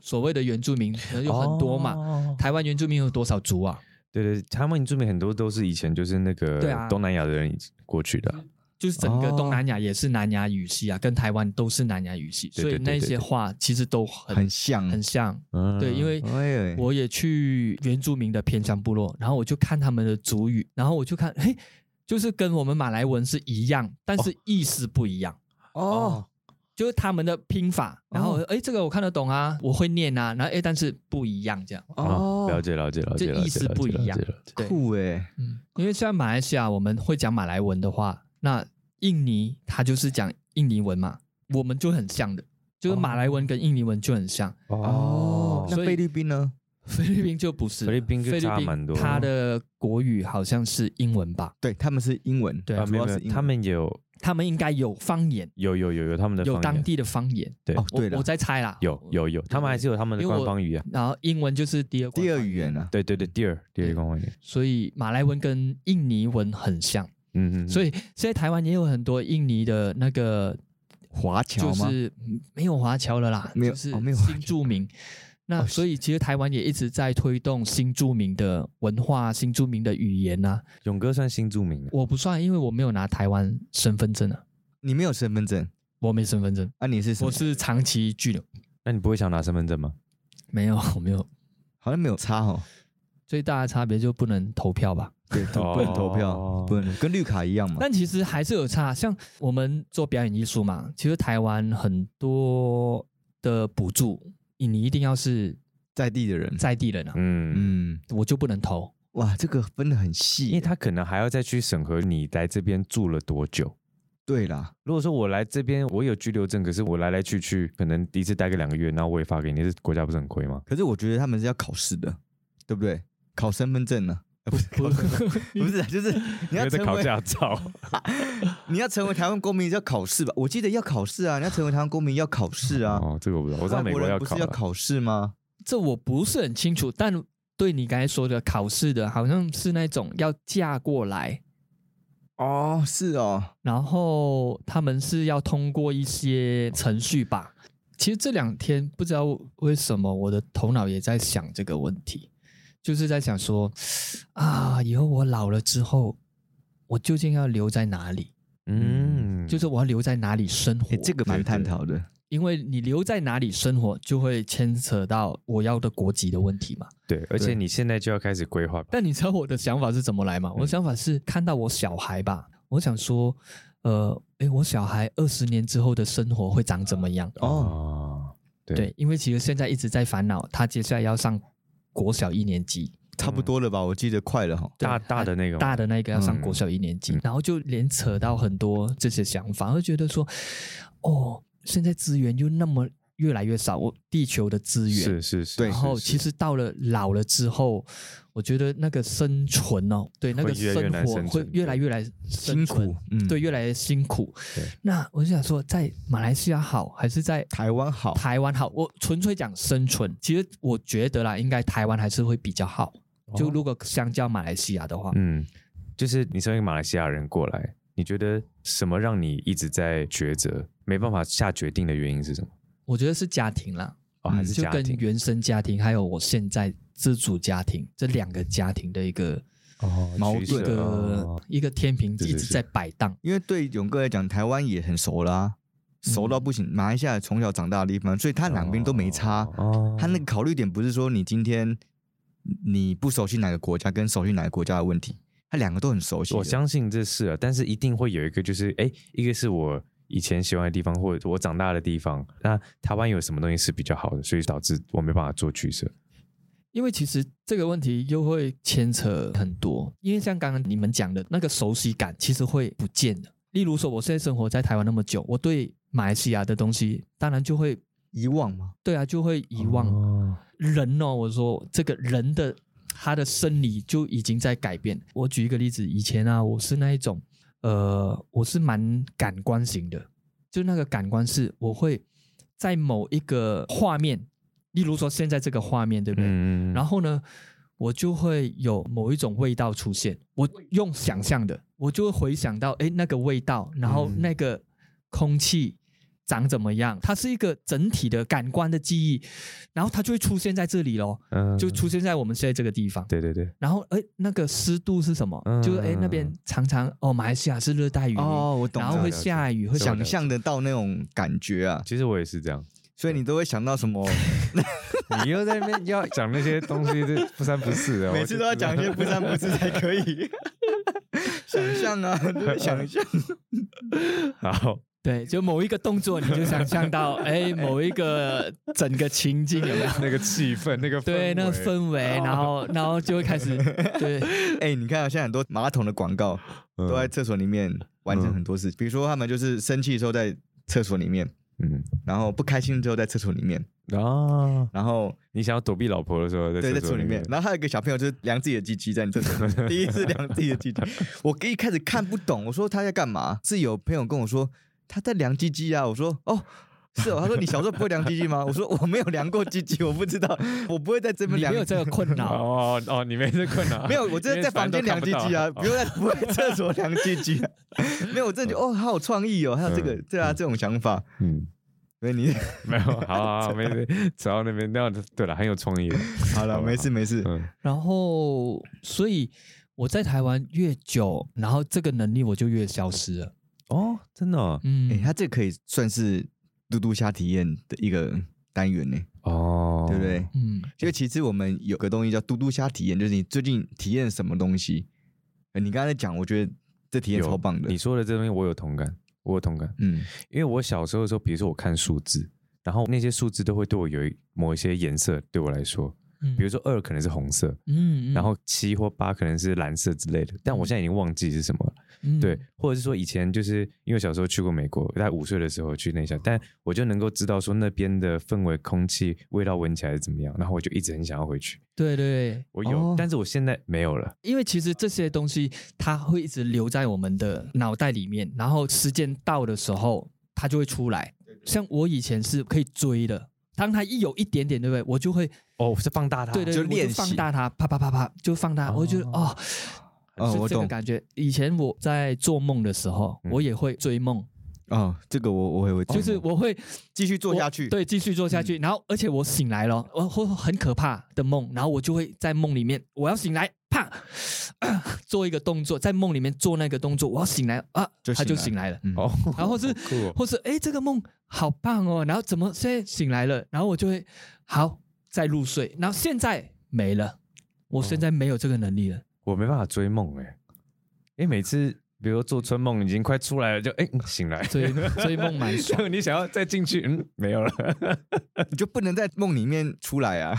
[SPEAKER 3] 所谓的原住民可能有很多嘛。
[SPEAKER 2] 哦
[SPEAKER 3] 台湾原住民有多少族啊？
[SPEAKER 2] 对对，他们著名很多都是以前就是那
[SPEAKER 3] 对
[SPEAKER 2] 个
[SPEAKER 3] 啊
[SPEAKER 2] 东南亚的人过去的，
[SPEAKER 3] 就是整个
[SPEAKER 1] 哦
[SPEAKER 3] 东南亚也是南亚语系啊，跟台湾都是南亚语系，
[SPEAKER 2] 对
[SPEAKER 3] 所以
[SPEAKER 2] 对对
[SPEAKER 3] 那些话其实都很
[SPEAKER 1] 很像，
[SPEAKER 3] 很像。
[SPEAKER 2] 嗯，
[SPEAKER 3] 对，因为
[SPEAKER 1] 哎
[SPEAKER 3] 我也去原住民的偏乡部落，然后我就看他们的族语，然后我就看，嘿，就是跟我们马来文是一样，但是意思不一样。
[SPEAKER 2] 哦，
[SPEAKER 3] 就是他们的拼法，然后哎、诶这个我看得懂啊，我会念啊，然后哎，诶但是不一样这样。
[SPEAKER 2] 哦，了解了解了解，
[SPEAKER 3] 这
[SPEAKER 2] 了解
[SPEAKER 3] 意思不一样
[SPEAKER 2] 了解了解了解
[SPEAKER 3] 对，
[SPEAKER 1] 酷哎，
[SPEAKER 3] 嗯，因为像马来西亚我们会讲马来文的话，那印尼它就是讲印尼文嘛，我们就很像的，
[SPEAKER 2] 哦
[SPEAKER 3] 就是马来文跟印尼文就很像。
[SPEAKER 1] 哦，那
[SPEAKER 3] 所以
[SPEAKER 1] 菲律宾呢？
[SPEAKER 3] 菲律宾就不是，
[SPEAKER 2] 菲律宾就
[SPEAKER 3] 菲律
[SPEAKER 2] 差蛮多
[SPEAKER 3] 宾它的国语好像是英文吧？
[SPEAKER 1] 对，他们是英文，
[SPEAKER 3] 对
[SPEAKER 2] 啊，
[SPEAKER 1] 主
[SPEAKER 2] 没
[SPEAKER 1] 要
[SPEAKER 2] 有没
[SPEAKER 1] 是
[SPEAKER 2] 有，
[SPEAKER 1] 英
[SPEAKER 2] 他
[SPEAKER 1] 文。
[SPEAKER 2] 们也有
[SPEAKER 3] 他们应该有方言，
[SPEAKER 2] 有有有有他们的
[SPEAKER 3] 有
[SPEAKER 2] 方
[SPEAKER 3] 当
[SPEAKER 2] 言，
[SPEAKER 3] 地的方言。
[SPEAKER 2] 对
[SPEAKER 1] 哦，对
[SPEAKER 3] 我
[SPEAKER 1] 了
[SPEAKER 3] 我，在猜啦。
[SPEAKER 2] 有有有，他们还是有他们的
[SPEAKER 3] 因为
[SPEAKER 2] 官
[SPEAKER 3] 我
[SPEAKER 2] 方语言。
[SPEAKER 3] 然后英文就是第二
[SPEAKER 1] 第二
[SPEAKER 3] 官方
[SPEAKER 1] 语言，啊，
[SPEAKER 2] 对对对，第二第二个官方语言，
[SPEAKER 3] 所以马来文跟印尼文很像，
[SPEAKER 2] 嗯嗯，
[SPEAKER 3] 所
[SPEAKER 2] 以
[SPEAKER 3] 以现在台湾也有很多印尼的那个
[SPEAKER 1] 华侨
[SPEAKER 3] 就
[SPEAKER 1] 吗？
[SPEAKER 3] 是嗯没有华侨了啦，
[SPEAKER 1] 没有
[SPEAKER 3] 就是
[SPEAKER 1] 哦没有华侨
[SPEAKER 3] 新住民。那
[SPEAKER 1] 哦
[SPEAKER 3] 所以其实台湾也一直在推动新住民的文化、新住民的语言呐、啊。
[SPEAKER 2] 勇哥算新啊著名的，
[SPEAKER 3] 我不算，因为我没有拿台湾身份证啊，
[SPEAKER 1] 你没有身份证
[SPEAKER 3] 我没身份证，
[SPEAKER 1] 啊？你是什么
[SPEAKER 3] 我是长期居留，
[SPEAKER 2] 那你不会想拿身份证吗？
[SPEAKER 3] 没 有，我没有。
[SPEAKER 1] 好像没有差哦，
[SPEAKER 3] 最大的差别就不能投票吧？
[SPEAKER 1] 对，都不能投
[SPEAKER 2] 哦
[SPEAKER 1] 票，不能跟绿卡一样嘛。
[SPEAKER 3] 但其实还是有差，像我们做表演艺术嘛，其实台湾很多的补助，你你一定要
[SPEAKER 1] 嗯
[SPEAKER 3] 是
[SPEAKER 1] 在地的人，
[SPEAKER 3] 在地人啊，
[SPEAKER 2] 嗯，
[SPEAKER 1] 嗯，
[SPEAKER 3] 我就不能投。
[SPEAKER 1] 哇，这个分的很
[SPEAKER 2] 因为
[SPEAKER 1] 细。欸
[SPEAKER 2] 他可能还要再去审核你来这边住了多久。
[SPEAKER 1] 对啦，
[SPEAKER 2] 如果说我来这边，我有居留证，可是我来来去去，可能一次待个两个月，然后我也发给你，这国家不是很亏吗？
[SPEAKER 1] 可是我觉得他们是要考试的，对不对？考身份证呢？呃不是，
[SPEAKER 3] 不
[SPEAKER 1] 考身份证 不是啊，就是你要
[SPEAKER 2] 在
[SPEAKER 1] 成
[SPEAKER 2] 考
[SPEAKER 1] 为
[SPEAKER 2] 驾照，
[SPEAKER 1] 你要成为台湾公民就要考试吧？我记得要考试啊，你要成为台湾公民要考试啊。
[SPEAKER 2] 哦，这个我不知道，我知道美
[SPEAKER 1] 外国
[SPEAKER 2] 国
[SPEAKER 1] 人
[SPEAKER 2] 要
[SPEAKER 1] 不是
[SPEAKER 2] 考
[SPEAKER 1] 要
[SPEAKER 2] 了，
[SPEAKER 1] 考试吗？
[SPEAKER 3] 这我不是很清楚，但对你刚才说的考试的，好像是那种要嫁过来，
[SPEAKER 1] 哦，是哦，
[SPEAKER 3] 然后他们是要通过一些程序吧。其实这两天不知道为什么，我的头脑也在想这个问题，就是在想说啊，以后我老了之后，我究竟要留在哪里？
[SPEAKER 2] 嗯，
[SPEAKER 3] 就是我要留在哪里生活？
[SPEAKER 1] 哎，这个蛮探讨的。
[SPEAKER 3] 因为你留在哪里生活，就会牵扯到我要的国籍的问题嘛。
[SPEAKER 2] 对，而且你现在就要开始规划吧，
[SPEAKER 3] 但你知道我的想法是怎么来吗？
[SPEAKER 2] 嗯
[SPEAKER 3] 我的想法是看到我小孩吧，我想说，呃，诶，我小孩二十年之后的生活会长怎么样？
[SPEAKER 1] 哦，
[SPEAKER 2] 哦，
[SPEAKER 3] 对，因为其实现在一直在烦恼，他接下来要上国小一年级，
[SPEAKER 1] 差不多了吧？我记得快了哈。
[SPEAKER 3] 对
[SPEAKER 2] 大大的那个吗
[SPEAKER 3] 大的那个要上
[SPEAKER 2] 嗯
[SPEAKER 3] 国小一年级，
[SPEAKER 2] 嗯
[SPEAKER 3] 然后就连扯到很多这些想法，会觉得说，哦，现在资源又那么越来越少，我地球的资源
[SPEAKER 2] 是是是，
[SPEAKER 1] 对
[SPEAKER 3] 然
[SPEAKER 2] 是
[SPEAKER 3] 后
[SPEAKER 2] 是
[SPEAKER 3] 其实到了老了之后，我觉得那个生存哦，对那个
[SPEAKER 2] 会越来
[SPEAKER 3] 生
[SPEAKER 2] 越难
[SPEAKER 3] 活
[SPEAKER 2] 生
[SPEAKER 3] 会
[SPEAKER 2] 存
[SPEAKER 3] 越来越来
[SPEAKER 1] 辛
[SPEAKER 3] 生存
[SPEAKER 1] 苦，，嗯，
[SPEAKER 3] 对，，越来越辛苦
[SPEAKER 2] 对。
[SPEAKER 3] 那我就想说，在马来西亚好还是在
[SPEAKER 1] 台湾好，
[SPEAKER 3] 台湾好？我纯粹讲生存，其实我觉得啦，应该台湾还是会比较好。
[SPEAKER 2] 哦
[SPEAKER 3] 就如果相较马来西亚的话，
[SPEAKER 2] 嗯，就是你身为一个马来西亚人过来，你觉得什么让你一直在抉择，没办法下决定的原因是什么？
[SPEAKER 3] 我觉得是家庭啦，
[SPEAKER 2] 哦，还
[SPEAKER 1] 嗯
[SPEAKER 2] 是
[SPEAKER 3] 就
[SPEAKER 2] 家
[SPEAKER 3] 跟
[SPEAKER 2] 庭？
[SPEAKER 3] 原生家庭还有我现在自主家庭这两个家庭的一个
[SPEAKER 2] 哦
[SPEAKER 1] 矛
[SPEAKER 2] 取
[SPEAKER 3] 一
[SPEAKER 1] 盾
[SPEAKER 2] 舍
[SPEAKER 3] 个
[SPEAKER 2] 哦
[SPEAKER 3] 一个天平
[SPEAKER 2] 是
[SPEAKER 3] 一
[SPEAKER 2] 是
[SPEAKER 3] 直
[SPEAKER 2] 是
[SPEAKER 3] 在摆荡。
[SPEAKER 1] 因为对勇哥来讲，台湾也很熟啦、熟到不行。马来西亚从小长大的地方，所以他两边都没差。
[SPEAKER 2] 哦
[SPEAKER 1] 他那个考虑点不是说你今天你不熟悉哪个国家跟熟悉哪个国家的问题，他两个都很熟悉的。
[SPEAKER 2] 我相信这是啊，但是一定会有一个，就是哎，诶一个是我以前喜欢的地方，或者我长大的地方。那台湾有什么东西是比较好的，所以导致我没办法做取舍。
[SPEAKER 3] 因为其实这个问题又会牵扯很多，因为像刚刚你们讲的那个熟悉感，其实会不见的。例如说，我现在生活在台湾那么久，我对马来西亚的东西，当然就会
[SPEAKER 1] 遗忘嘛，
[SPEAKER 3] 对啊，就会遗忘、
[SPEAKER 2] 哦
[SPEAKER 3] 人哦。我说这个人的他的生理就已经在改变。我举一个例子，以前啊，我是那一种，呃，我是蛮感官型的，就那个感官是我会在某一个画面，例如说现在这个画面，对不对？
[SPEAKER 2] 嗯，
[SPEAKER 3] 然
[SPEAKER 2] 后
[SPEAKER 3] 后呢，我就会有某一种味道出现。我用想象的，我就会回想到，哎，那个味道，然后
[SPEAKER 1] 嗯
[SPEAKER 3] 那个空气长怎么样？它是一个整体的感官的记忆，然后它就会出现在这里咯，
[SPEAKER 2] 嗯
[SPEAKER 3] 就出现在我们现在这个地方。
[SPEAKER 2] 对对对，
[SPEAKER 3] 然后，哎，那个湿度是什么？
[SPEAKER 2] 嗯
[SPEAKER 3] 就是哎，那边常常哦，马来西亚是热带雨林，
[SPEAKER 1] 哦我懂
[SPEAKER 3] 然后会
[SPEAKER 2] 了解
[SPEAKER 3] 下雨，会
[SPEAKER 1] 想象得到那种感觉啊，
[SPEAKER 2] 其实我也是这样。
[SPEAKER 1] 所以你都会想到什么？
[SPEAKER 2] 你又在那边要讲那些东西，这不三不四的，
[SPEAKER 1] 每次都要讲一些不三不四才 可以。想象啊，就是想象。
[SPEAKER 2] 好，
[SPEAKER 3] 对，就某一个动作，你就想象到，哎， 某一个整个情境有没有？
[SPEAKER 2] 那个气氛，那个
[SPEAKER 3] 对，那个
[SPEAKER 2] 氛围，哦
[SPEAKER 3] 氛围，然后然后就会 开始，对，
[SPEAKER 1] 哎、你看、啊、现在很多马桶的广告
[SPEAKER 2] 嗯
[SPEAKER 1] 都在厕所里面完成
[SPEAKER 2] 嗯
[SPEAKER 1] 很多事，比如说他们就是生气的时候在厕所里面，
[SPEAKER 2] 嗯
[SPEAKER 1] 然后不开心的时候在厕所里面，
[SPEAKER 2] 啊，
[SPEAKER 1] 然后
[SPEAKER 2] 你想要躲避老婆的时候，
[SPEAKER 1] 对
[SPEAKER 2] 在
[SPEAKER 1] 在厕所里面，然后还有一个小朋友就是量自己的鸡鸡在你厕所 里面，第一次量自己的鸡鸡，我一开始看不懂，我说他在干嘛？是有朋友跟我说他在量鸡鸡啊，我说哦。是哦，他说你小时候不会量鸡鸡吗？我说我没有量过鸡鸡，我不知道，我不会在这
[SPEAKER 3] 你
[SPEAKER 1] 边量。
[SPEAKER 3] 没有这个困扰，
[SPEAKER 2] 哦哦，你没这困扰，
[SPEAKER 1] 没有，我真的在房间量鸡鸡啊，不用在不会在厕所量鸡鸡啊。没有，我真的觉得哦，好有创意哦，还有这个
[SPEAKER 2] 嗯
[SPEAKER 1] 对啊，这种想法。
[SPEAKER 2] 嗯，
[SPEAKER 1] 所以你
[SPEAKER 2] 没有，好好好，没事，走到那边，那对了，很有创意 的，
[SPEAKER 1] 好了，
[SPEAKER 2] 好
[SPEAKER 1] 没事没事。
[SPEAKER 2] 嗯
[SPEAKER 3] 然后所以我在台湾越久，然后这个能力我就越消失了。
[SPEAKER 2] 哦，真的哦
[SPEAKER 1] 哎，
[SPEAKER 3] 嗯，
[SPEAKER 1] 他这可以算是嘟嘟虾体验的一个单元呢，
[SPEAKER 2] 哦，
[SPEAKER 1] 对不对？
[SPEAKER 3] 嗯，
[SPEAKER 1] 就其实我们有个东西叫嘟嘟虾体验，就是你最近体验什么东西。呃你刚才讲，我觉得这体验
[SPEAKER 2] 有
[SPEAKER 1] 超棒的
[SPEAKER 2] 你。说的这东西我有同感，我有同感，
[SPEAKER 1] 嗯，
[SPEAKER 2] 因为我小时候的时候，比如说我看数字，然后那些数字都会对我有一某一些颜色，对我来说，
[SPEAKER 3] 嗯
[SPEAKER 2] 比如说二可能是红色，
[SPEAKER 3] 嗯，嗯
[SPEAKER 2] 然后七或八可能是蓝色之类的，但我现在已经忘记是什么了。
[SPEAKER 3] 嗯
[SPEAKER 2] 对，或者是说以前就是因为小时候去过美国，大概五岁的时候去那一下，但我就能够知道说那边的氛围、空气、味道闻起来是怎么样，然后我就一直很想要回去。
[SPEAKER 3] 对对对，
[SPEAKER 2] 我有，
[SPEAKER 1] 哦
[SPEAKER 2] 但是我现在没有了。
[SPEAKER 3] 因为其实这些东西它会一直留在我们的脑袋里面，然后时间到的时候它就会出来。像我以前是可以追的，当它一有一点点，对不对？我就会
[SPEAKER 2] 哦，我是放大它，
[SPEAKER 3] 对对，
[SPEAKER 1] 啊就
[SPEAKER 3] 对我
[SPEAKER 1] 练习
[SPEAKER 3] 放大它，啪啪啪啪就放大，
[SPEAKER 2] 哦
[SPEAKER 3] 我就觉得哦，
[SPEAKER 1] 哦
[SPEAKER 3] 是
[SPEAKER 1] 我
[SPEAKER 3] 这个
[SPEAKER 1] 懂
[SPEAKER 3] 感觉。以前我在做梦的时候，
[SPEAKER 2] 嗯
[SPEAKER 3] 我也会追梦，
[SPEAKER 1] 哦，这个我我也会做，
[SPEAKER 3] 就是我会
[SPEAKER 1] 继续做
[SPEAKER 3] 我
[SPEAKER 1] 下去。嗯
[SPEAKER 3] 对，继续做下去。然后，而且我醒来了，我会很可怕的梦，然后我就会在梦里面，我要醒来，啪， 做一个动作，在梦里面做那个动作，我要醒来啊，
[SPEAKER 1] 就
[SPEAKER 3] 他就
[SPEAKER 1] 醒
[SPEAKER 3] 醒来了，
[SPEAKER 1] 嗯，
[SPEAKER 2] 哦，
[SPEAKER 3] 然后是
[SPEAKER 2] 好酷哦
[SPEAKER 3] 或是诶，这个梦好棒哦，然后怎么现在醒来了，然后我就会好再入睡，然后现在没了，我现在没有这个能 力了。
[SPEAKER 2] 我没办法追梦哎、欸，因为每次比如说做春梦已经快出来了，就哎、嗯醒来，
[SPEAKER 3] 追追梦蛮爽，
[SPEAKER 2] 就你想要再进去，嗯，没有了。
[SPEAKER 1] 你就不能在梦里面出来 啊，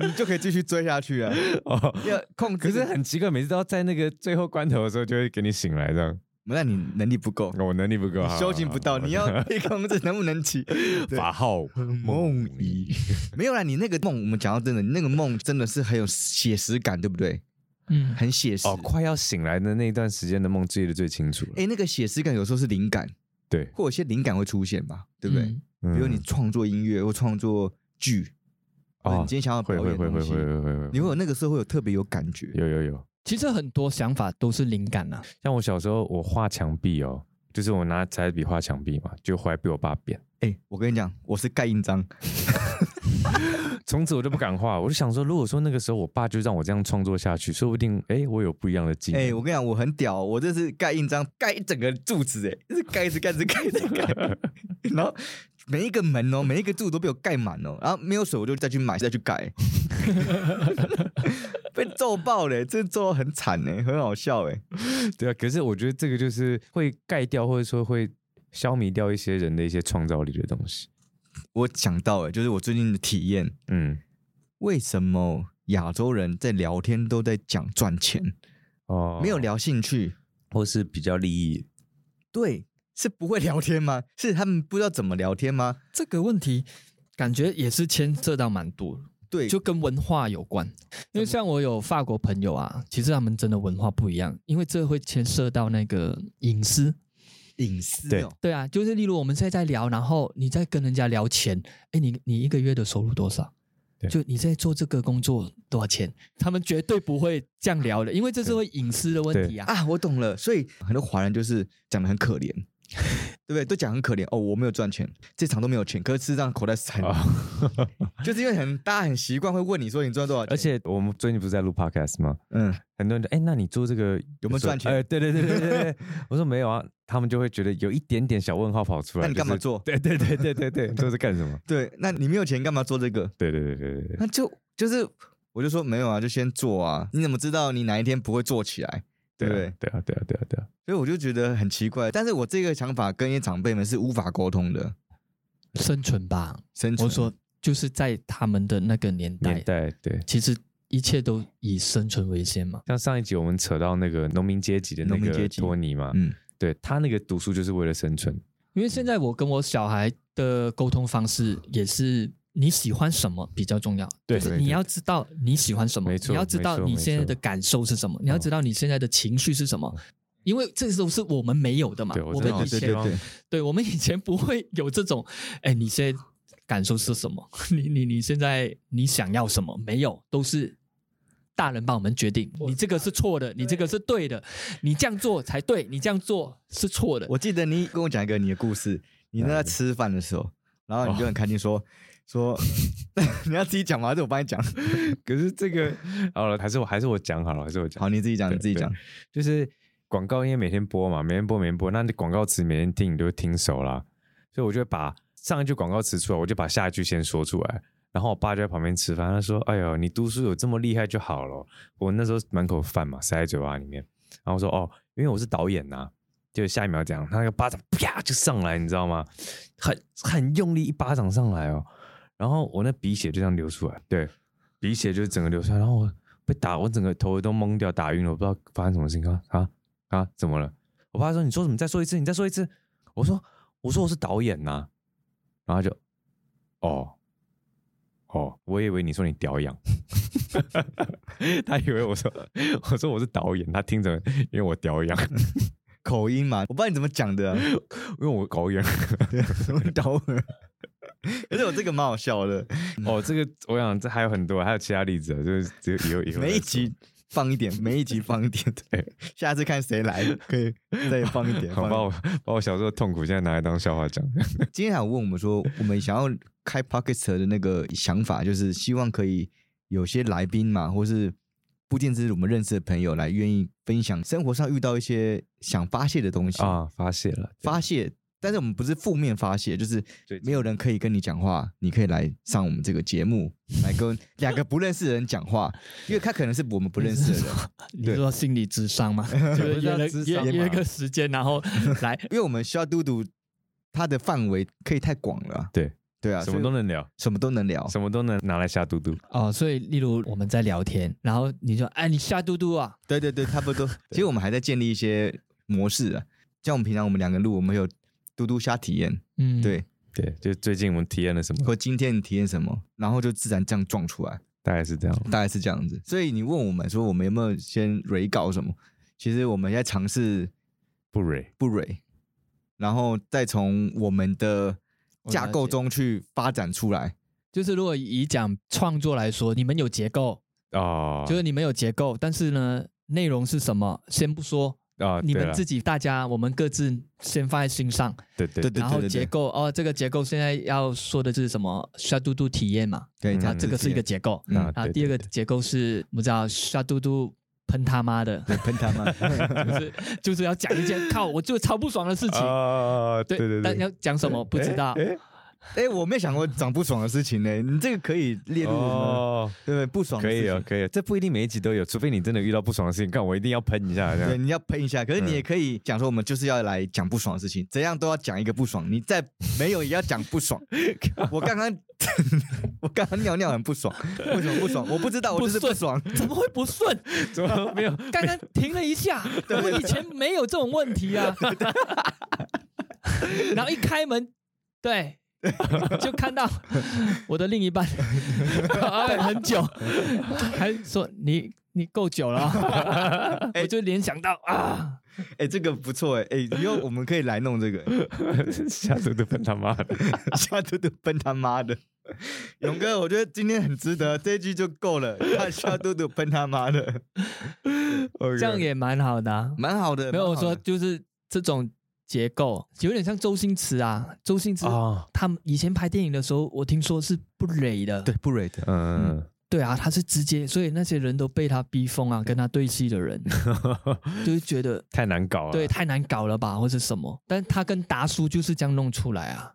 [SPEAKER 1] 你就可以继续追下 去啊。
[SPEAKER 2] 哦，
[SPEAKER 1] 要控制，
[SPEAKER 2] 可是很奇怪，每次都要在那个最后关头的时候就会给你醒来，这样。哦
[SPEAKER 1] 那你能力不 够，
[SPEAKER 2] 我能力不够，
[SPEAKER 1] 你修行不到，你要被控制能不能起对
[SPEAKER 2] 法号
[SPEAKER 1] 梦遗？ 没有啦，你那个梦，我们讲到真的，你那个梦真的是很有写实感，对不对？
[SPEAKER 3] 嗯，
[SPEAKER 1] 很写实。
[SPEAKER 2] 哦，快要醒来的那一段时间的梦记得最清楚了。
[SPEAKER 1] 哎、那个写实感有时候是灵感，
[SPEAKER 2] 对，
[SPEAKER 1] 或有些灵感会出现吧，对不对？
[SPEAKER 3] 嗯
[SPEAKER 2] 比
[SPEAKER 1] 比如你创作音乐或创作剧，或者
[SPEAKER 2] 嗯哦
[SPEAKER 1] 你今天想要表
[SPEAKER 2] 会
[SPEAKER 1] 演
[SPEAKER 2] 会
[SPEAKER 1] 东
[SPEAKER 2] 会会
[SPEAKER 1] 西
[SPEAKER 2] 会会会
[SPEAKER 1] 你会有那个时候会有特别有感觉。
[SPEAKER 2] 有有有，
[SPEAKER 3] 其实很多想法都是灵感啊呐、
[SPEAKER 2] 像我小时候我画墙壁哦，就是我拿彩笔画墙壁嘛，就后来被我爸扁，
[SPEAKER 1] 哎、我跟你讲，我是盖印章，
[SPEAKER 2] 嗯从此我就不敢画。我就想说，如果说那个时候我爸就让我这样创作下去，说不定哎我有不一样的技
[SPEAKER 1] 哎、
[SPEAKER 2] 能。
[SPEAKER 1] 我跟你讲，我很屌，我这是盖印章，盖一整个柱子、哎，就是盖一直盖，一直盖，一直 盖，然后每一个门哦，每一个柱子都被我盖满哦，然后没有水我就再去买，再去 盖，被揍爆嘞、这揍得很惨哎、很好笑哎、
[SPEAKER 2] 对啊，可是我觉得这个就是会盖掉，或者说会消弭掉一些人的一些创造力的东西。
[SPEAKER 1] 我想到哎、就是我最近的体验，
[SPEAKER 2] 嗯，
[SPEAKER 1] 为什么亚洲人在聊天都在讲赚钱，
[SPEAKER 2] 哦，
[SPEAKER 1] 没有，聊兴趣？
[SPEAKER 2] 或是比较利益
[SPEAKER 1] 对，是不会聊天吗？是他们不知道怎么聊天吗？
[SPEAKER 3] 这个问题感觉也是牵涉到蛮多的，
[SPEAKER 1] 对，
[SPEAKER 3] 就跟文化有关。因为像我有法国朋友啊，其实他们真的文化不一样，因为这会牵涉到那个隐私。
[SPEAKER 1] 隐私、
[SPEAKER 2] 对
[SPEAKER 1] 哦。
[SPEAKER 3] 对啊，就是例如我们现在在聊，然后你在跟人家聊钱，哎，你你一个月的收入多少
[SPEAKER 2] 对？
[SPEAKER 3] 就你在做这个工作多少钱？他们绝对不会这样聊的，因为这是会隐私的问题啊。
[SPEAKER 1] 啊，我懂了。所以很多华人就是讲的很可怜， 对不对？都讲很可怜哦，我没有赚钱，这场都没有钱，可是事实上口袋是很，
[SPEAKER 2] 啊。
[SPEAKER 1] 就是因为很大家很习惯会问你说你赚多少钱，
[SPEAKER 2] 而且我们最近不是在录 podcast 吗？
[SPEAKER 1] 嗯，
[SPEAKER 2] 很多人就哎、那你做这个
[SPEAKER 1] 有没有
[SPEAKER 2] 说
[SPEAKER 1] 赚钱
[SPEAKER 2] 哎、对对对对对对，我说没有啊，他们就会觉得有一点点小问号跑出来。
[SPEAKER 1] 那你干嘛
[SPEAKER 2] 就是？
[SPEAKER 1] 做？
[SPEAKER 2] 对对对对对对，你做是干什么？
[SPEAKER 1] 对，那你没有钱干嘛做这个？
[SPEAKER 2] 对对对对对
[SPEAKER 1] 啊
[SPEAKER 2] 对，
[SPEAKER 1] 那就就是我就说没有啊，就先做啊。你怎么知道你哪一天不会做起来？
[SPEAKER 2] 对
[SPEAKER 1] 对
[SPEAKER 2] 啊对啊对啊对啊对啊，
[SPEAKER 1] 所以我就觉得很奇怪。但是我这个想法跟一些长辈们是无法沟通的，
[SPEAKER 3] 生存吧。
[SPEAKER 1] 生存。
[SPEAKER 3] 我说就是在他们的那个年代，
[SPEAKER 2] 年代对。
[SPEAKER 3] 其实一切都以生存为先嘛。
[SPEAKER 2] 像上一集我们扯到那个农民阶级的那
[SPEAKER 1] 农民阶
[SPEAKER 2] 个
[SPEAKER 1] 级
[SPEAKER 2] 托尼嘛，
[SPEAKER 1] 嗯，
[SPEAKER 2] 对他那个读书就是为了生存，
[SPEAKER 3] 因为现在我跟我小孩的沟通方式也是你喜欢什么比较重要，
[SPEAKER 2] 对
[SPEAKER 3] 就是
[SPEAKER 2] 对
[SPEAKER 3] 你
[SPEAKER 2] 对
[SPEAKER 3] 要知道你喜欢什么，
[SPEAKER 2] 没错
[SPEAKER 3] 你要知道
[SPEAKER 2] 没错
[SPEAKER 3] 你现在
[SPEAKER 2] 没错嗯
[SPEAKER 3] 的感受是什么，你要知道你现在的情绪是什么。因为这都是我们没有的嘛，
[SPEAKER 2] 对我
[SPEAKER 3] 我
[SPEAKER 2] 真的
[SPEAKER 3] 们
[SPEAKER 1] 哦
[SPEAKER 3] 以
[SPEAKER 1] 对
[SPEAKER 3] 前
[SPEAKER 1] 对对，
[SPEAKER 3] 对我们以前不会有这种，哎，你现在感受是什么？ 你你你现在你想要什么？没有，都是大人帮我们决定。你这个是错的，你这个是对的，你这样做才对，你这样做是错的。
[SPEAKER 1] 我记得你跟我讲一个你的故事，你那在吃饭的时候，然后你就
[SPEAKER 2] 哦
[SPEAKER 1] 很开心说、说， 你要自己讲吗？还是我帮你讲？
[SPEAKER 2] 可是这个好了，还是我还是我讲好了，还是我讲
[SPEAKER 1] 好，，你自己讲，
[SPEAKER 2] 对
[SPEAKER 1] 你自己讲。
[SPEAKER 2] 就是广告因为每天播嘛，每天播每天播，那你广告词每天听你都会听熟啦，所以我就会把上一句广告词出来，我就把下一句先说出来。然后我爸就在旁边吃饭，他说：“哎呦，你读书有这么厉害就好了。”我那时候满口饭嘛，塞在嘴巴里面。然后我说：“哦，因为我是导演呐、就下一秒讲，他那个巴掌啪就上来，你知道吗？很很用力一巴掌上来哦，然后我那鼻血就这样流出来，对，鼻血就整个流出来，然后我被打，我整个头都懵掉，打晕了，我不知道发生什么事情啊啊啊，怎么了？我爸说你说什么？再说一次，你再说一次。我说我说我是导演呐、然后他就哦哦，我以为你说你屌痒， 他以为我说我说我是导演，他听着因为我屌痒，
[SPEAKER 1] 口音嘛，我不知道你怎么讲的、啊，
[SPEAKER 2] 因为我搞痒。
[SPEAKER 1] 我抖了。啊 可是我这个蛮好笑的，
[SPEAKER 2] 哦，这个我想这还有很多，还有其他例子啊，就是只有以后以后再
[SPEAKER 1] 每一
[SPEAKER 2] 说
[SPEAKER 1] 集放一点，每一集放一点，对，下次看谁来可以再放一点。
[SPEAKER 2] 好
[SPEAKER 1] 放一
[SPEAKER 2] 把
[SPEAKER 1] 点
[SPEAKER 2] 我把我小时候的痛苦现在拿来当笑 话讲。
[SPEAKER 1] 今天还有问我们说，我们想要开 Pocket 的那个想法，就是希望可以有些来宾嘛，或是不见之我们认识的朋友来愿意分享生活上遇到一些想发泄的东西，
[SPEAKER 2] 啊，发泄了，
[SPEAKER 1] 发泄。但是我们不是负面发泄，就是
[SPEAKER 2] 对
[SPEAKER 1] 没有人可以跟你讲话，你可以来上我们这个节 目，来跟两个不认识的人讲话，因为他可能是我们不认识 的人，
[SPEAKER 3] 你是说心理智商吗？就是约了
[SPEAKER 2] 不是要智商
[SPEAKER 3] 约
[SPEAKER 2] 嘛
[SPEAKER 3] 约个时间，然后 来
[SPEAKER 1] 因为我们需要嘟嘟，他的范围可以太广了啊，
[SPEAKER 2] 对
[SPEAKER 1] 对啊，
[SPEAKER 2] 什么
[SPEAKER 1] 所以
[SPEAKER 2] 都能聊，
[SPEAKER 1] 什么都能聊，
[SPEAKER 2] 什么都能拿来下嘟嘟。
[SPEAKER 3] 哦。所以，例如我们在聊天，然后你说：“哎，你下嘟嘟啊
[SPEAKER 1] 对对对，差不 多。其实我们还在建立一些模式啊，像我们平常我们两个录，我们有嘟嘟虾体验，？”
[SPEAKER 3] 嗯，
[SPEAKER 1] 对，
[SPEAKER 2] 对，就最近我们体验了什么，
[SPEAKER 1] 或今天你体验什么，然后就自然这样撞出来，
[SPEAKER 2] 大概是这样。
[SPEAKER 1] 大概是这样子。所以你问我们说我们有没有先蕊稿什么，其实我们在尝试
[SPEAKER 2] 不蕊，
[SPEAKER 1] 不蕊，然后再从我们的架构中去发展出来。
[SPEAKER 3] 就是如果以讲创作来说，你们有结构，
[SPEAKER 2] 哦，
[SPEAKER 3] 就是你们有结构，但是呢，内容是什么先不说，
[SPEAKER 2] 啊，
[SPEAKER 3] 你
[SPEAKER 2] 对
[SPEAKER 3] 们
[SPEAKER 2] 了
[SPEAKER 3] 自己大家我们各自先放在心上，
[SPEAKER 2] 对对
[SPEAKER 1] 对
[SPEAKER 2] 对
[SPEAKER 1] 对
[SPEAKER 3] 然后结构哦，这个结构现在要说的是什么？刷嘟嘟体验嘛，
[SPEAKER 1] 对，
[SPEAKER 2] 嗯
[SPEAKER 1] 这
[SPEAKER 3] 啊，
[SPEAKER 1] 样子
[SPEAKER 3] 这个是一个结构，
[SPEAKER 1] 嗯
[SPEAKER 2] 啊，
[SPEAKER 3] 啊，
[SPEAKER 2] 对
[SPEAKER 3] 第二个
[SPEAKER 2] 对对
[SPEAKER 3] 结构是我们叫刷嘟嘟喷他妈的，
[SPEAKER 1] 喷他吗？
[SPEAKER 3] 就是就是要讲 一件靠我就超不爽的事情，
[SPEAKER 2] 啊，对对
[SPEAKER 3] 但要
[SPEAKER 2] 对，
[SPEAKER 3] 讲什么不知道，
[SPEAKER 2] 哎
[SPEAKER 1] 哎，我没有想过长不爽的事情呢、你这个可以列入我
[SPEAKER 2] 哦，
[SPEAKER 1] 们，对不对？不爽的
[SPEAKER 2] 可以
[SPEAKER 1] 事
[SPEAKER 2] 哦
[SPEAKER 1] 情，
[SPEAKER 2] 可以哦，这不一定每一集都有，除非你真的遇到不爽的事情，看我一定要喷一下
[SPEAKER 3] 啊
[SPEAKER 2] 这
[SPEAKER 1] 对，
[SPEAKER 2] 样。
[SPEAKER 1] 你要喷一下，可是你也可以讲说，我们就是要来讲不爽的事情，怎样都要讲一个不爽。你再没有也要讲不 爽。我刚刚 我刚刚尿尿很不爽，为什么不爽？我不知道，我就是不爽。
[SPEAKER 3] 怎么会 不顺？
[SPEAKER 2] 怎 么没有？
[SPEAKER 3] 刚刚停了一下，我们以前没有这种问题啊。 然后一开门，对，就看到我的另一半等很久，还说你你够久了哦，
[SPEAKER 2] 哎
[SPEAKER 3] 我就联想到啊，
[SPEAKER 1] 哎、这个不错哎、哎、以后我们可以来弄这个、
[SPEAKER 2] 下次都喷他妈的！
[SPEAKER 1] 下嘟嘟喷他妈的。勇哥，我觉得今天很值得，这一句就够了。他下嘟嘟喷他妈的，
[SPEAKER 3] 这样也蛮好的
[SPEAKER 2] 嗯
[SPEAKER 3] 啊。
[SPEAKER 1] 蛮好的。
[SPEAKER 3] 没有我
[SPEAKER 1] 蛮好的
[SPEAKER 3] 说，就是这种结构，有点像周星驰啊，周星驰。
[SPEAKER 2] 啊，
[SPEAKER 3] 他们以前拍电影的时候，我听说是不累的，
[SPEAKER 1] 对不蕊的，
[SPEAKER 2] 嗯，
[SPEAKER 3] 对啊，他是直接，所以那些人都被他逼疯啊，跟他对戏的人就是觉得
[SPEAKER 2] 嗯太难搞了。
[SPEAKER 3] 对太难搞了吧，或者什么，但他跟达叔就是这样弄出来啊。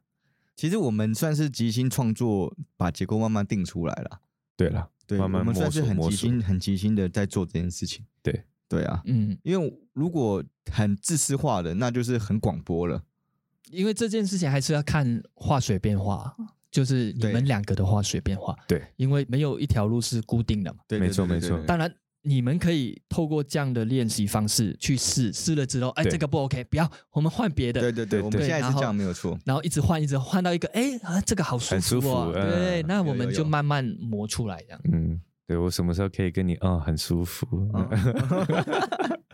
[SPEAKER 1] 其实我们算是即兴创作，把结构慢慢定出来了。
[SPEAKER 2] 对了，
[SPEAKER 1] 对，
[SPEAKER 2] 慢慢
[SPEAKER 1] 我们算
[SPEAKER 2] 摸
[SPEAKER 1] 是
[SPEAKER 2] 索
[SPEAKER 1] 很
[SPEAKER 2] 摸
[SPEAKER 1] 齐
[SPEAKER 2] 索
[SPEAKER 1] 心、很齐心的在做这件事情。
[SPEAKER 2] 对
[SPEAKER 1] 对啊，
[SPEAKER 3] 嗯，
[SPEAKER 1] 因为如果很自私化的，那就是很广播了。
[SPEAKER 3] 因为这件事情还是要看化学变化，就是你
[SPEAKER 1] 对
[SPEAKER 3] 们两个的化学变化。
[SPEAKER 2] 对，
[SPEAKER 3] 因为没有一条路是固定的嘛。
[SPEAKER 1] 对，
[SPEAKER 2] 没
[SPEAKER 1] 对
[SPEAKER 2] 错
[SPEAKER 1] 对
[SPEAKER 2] 没
[SPEAKER 1] 对
[SPEAKER 2] 错
[SPEAKER 1] 对
[SPEAKER 3] 当然，你们可以透过这样的练习方式去试，试了之后，哎，
[SPEAKER 2] 对
[SPEAKER 3] 这个不 OK，不要，我们换别的。
[SPEAKER 1] 对对对，我们
[SPEAKER 2] 对
[SPEAKER 1] 现在
[SPEAKER 3] 然
[SPEAKER 1] 是这
[SPEAKER 3] 后
[SPEAKER 1] 样没有 错。
[SPEAKER 3] 然后一直换，一直换到一个，哎、啊，这个好舒
[SPEAKER 2] 很
[SPEAKER 3] 服
[SPEAKER 2] 舒
[SPEAKER 3] 哦。
[SPEAKER 2] 服
[SPEAKER 3] 对，
[SPEAKER 2] 嗯
[SPEAKER 3] 那我
[SPEAKER 1] 有
[SPEAKER 3] 们
[SPEAKER 1] 有
[SPEAKER 3] 就
[SPEAKER 1] 有
[SPEAKER 3] 慢慢磨出来，这样
[SPEAKER 2] 嗯，对我什么时候可以跟你啊、很舒服？
[SPEAKER 1] 嗯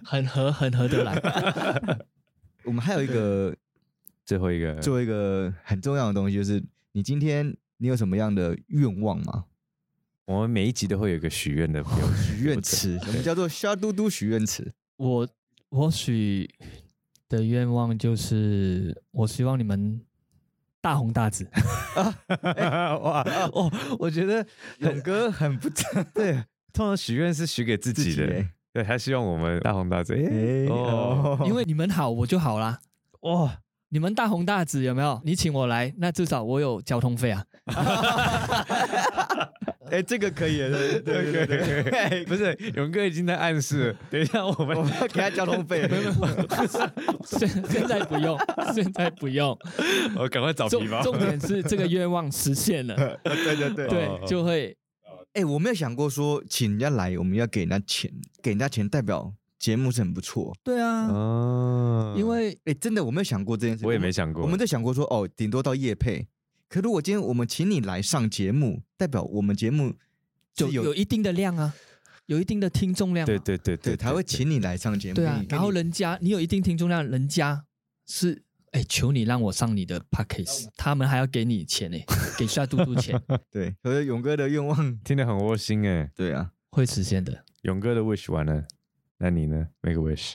[SPEAKER 3] 很合很合得来。
[SPEAKER 1] 我们还有一个
[SPEAKER 2] 最后一个，
[SPEAKER 1] 做一个很重要的东西，就是你今天你有什么样的愿望吗？
[SPEAKER 2] 我们每一集都会有一个许愿的朋友
[SPEAKER 1] 许 愿池，我们叫做虾嘟嘟许愿池。
[SPEAKER 3] 我我许的愿望就是，我希望你们大红大紫。
[SPEAKER 2] 哇，
[SPEAKER 1] 哦，我觉 得勇哥很不对
[SPEAKER 2] 通常许愿是许给自己的，
[SPEAKER 1] 欸
[SPEAKER 2] 对他希望我们大红大紫。哎、
[SPEAKER 1] 哎
[SPEAKER 2] 哦，
[SPEAKER 1] 哦
[SPEAKER 3] 因为你们好，我就好啦。哇，你们大红大紫有没有？你请我来，那至少我有交通费啊。
[SPEAKER 1] 哎，这个可以了，对对对对对， 哎
[SPEAKER 2] 不是勇哥已经在暗示了， 哦等一下我们
[SPEAKER 1] 我们要给他交通 费。
[SPEAKER 3] 现现在 不用，现在不用。
[SPEAKER 2] 我哦赶快找
[SPEAKER 3] 重
[SPEAKER 2] 皮包。
[SPEAKER 3] 重点是这个愿望实 现了，
[SPEAKER 1] 对对对
[SPEAKER 3] 对
[SPEAKER 2] 哦，
[SPEAKER 3] 就会
[SPEAKER 1] 哎，我没有想过说请人家来，我们要给人家钱，给人家钱代表节目是很不错。
[SPEAKER 3] 对啊，
[SPEAKER 2] 哦
[SPEAKER 3] 因为
[SPEAKER 1] 哎，真的我没有想过这件事，
[SPEAKER 2] 我也没想过，
[SPEAKER 1] 我们在想过说，哦，顶多到夜配。可如果今天我们请你来上节目，代表我们节目
[SPEAKER 3] 就
[SPEAKER 1] 就
[SPEAKER 3] 有
[SPEAKER 1] 有
[SPEAKER 3] 一定的量啊，有一定的听众量、啊，
[SPEAKER 2] 对对对
[SPEAKER 1] 对，他会请你来上节目。
[SPEAKER 3] 对啊
[SPEAKER 1] 给你，
[SPEAKER 3] 然后
[SPEAKER 1] 给你
[SPEAKER 3] 人家你有一定听众量，人家是哎求你让我上你的 p a c k a
[SPEAKER 1] 哦
[SPEAKER 3] g e 他们还要给你钱 呢、给夏嘟嘟钱
[SPEAKER 1] 对，所以勇哥的愿望，
[SPEAKER 2] 听得很窝心哎。
[SPEAKER 1] 对啊
[SPEAKER 3] 会实现的，
[SPEAKER 2] 勇哥的 wish 完了，那你呢？Make a wish。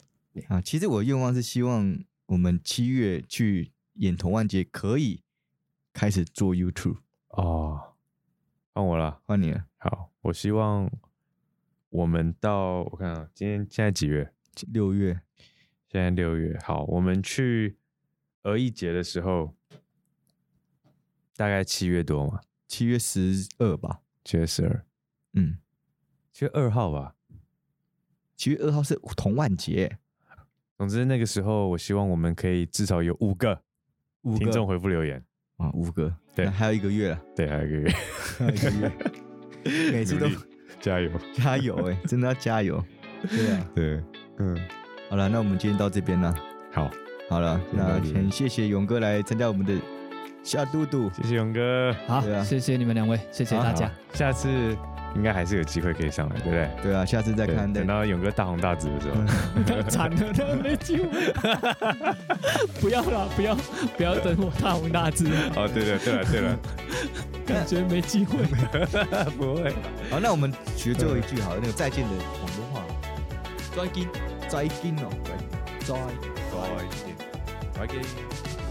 [SPEAKER 1] 啊，其实我的愿望是希望我们七月去演同万节可以开始做 YouTube，
[SPEAKER 2] 哦，换我了。
[SPEAKER 1] 换你了，
[SPEAKER 2] 好，我希望我们到我看啊，今天现在几月？
[SPEAKER 1] 六月
[SPEAKER 2] 现在六月。好，我们去儿艺节的时候，大概七月多嘛，
[SPEAKER 1] 七月十二吧，
[SPEAKER 2] 七月十二，
[SPEAKER 1] 嗯，
[SPEAKER 2] 七月二号吧。
[SPEAKER 1] 七月二号是同万节，
[SPEAKER 2] 总之那个时候，我希望我们可以至少有五个
[SPEAKER 1] 五
[SPEAKER 2] 听众
[SPEAKER 1] 个
[SPEAKER 2] 回复留言。
[SPEAKER 1] 啊，五个，
[SPEAKER 2] 对
[SPEAKER 1] 那还有一个月了，
[SPEAKER 2] 对，还有一个月，
[SPEAKER 1] 还有一个月，每次都
[SPEAKER 2] 努力加油。
[SPEAKER 1] 加油哎、真的要加 油，对啊，
[SPEAKER 2] 对，嗯，
[SPEAKER 1] 好了，那我们今天到这边了，
[SPEAKER 2] 好，
[SPEAKER 1] 好了，
[SPEAKER 2] 今天到
[SPEAKER 1] 那
[SPEAKER 2] 这边
[SPEAKER 1] 很谢谢勇哥来参加我们的夏嘟嘟，
[SPEAKER 2] 谢谢勇哥，
[SPEAKER 3] 好，
[SPEAKER 1] 对啊
[SPEAKER 3] 谢谢你们两位，谢谢
[SPEAKER 2] 好
[SPEAKER 3] 大家，，
[SPEAKER 2] 好下次应该还是有机会可以上来，对不对？
[SPEAKER 1] 对啊，下次再
[SPEAKER 2] 对
[SPEAKER 1] 看，再
[SPEAKER 2] 等到勇哥大红大紫的时候，
[SPEAKER 1] 啊
[SPEAKER 3] 惨了，他没 救了，不要了，不要不要等我大红大紫，
[SPEAKER 2] 哦，对了，对了，对了，
[SPEAKER 3] 感觉没机会。
[SPEAKER 2] 不会，
[SPEAKER 1] 好，那我们学最后一句好了，那个再见的广东话，再见，再见哦，再
[SPEAKER 2] 再见，再见。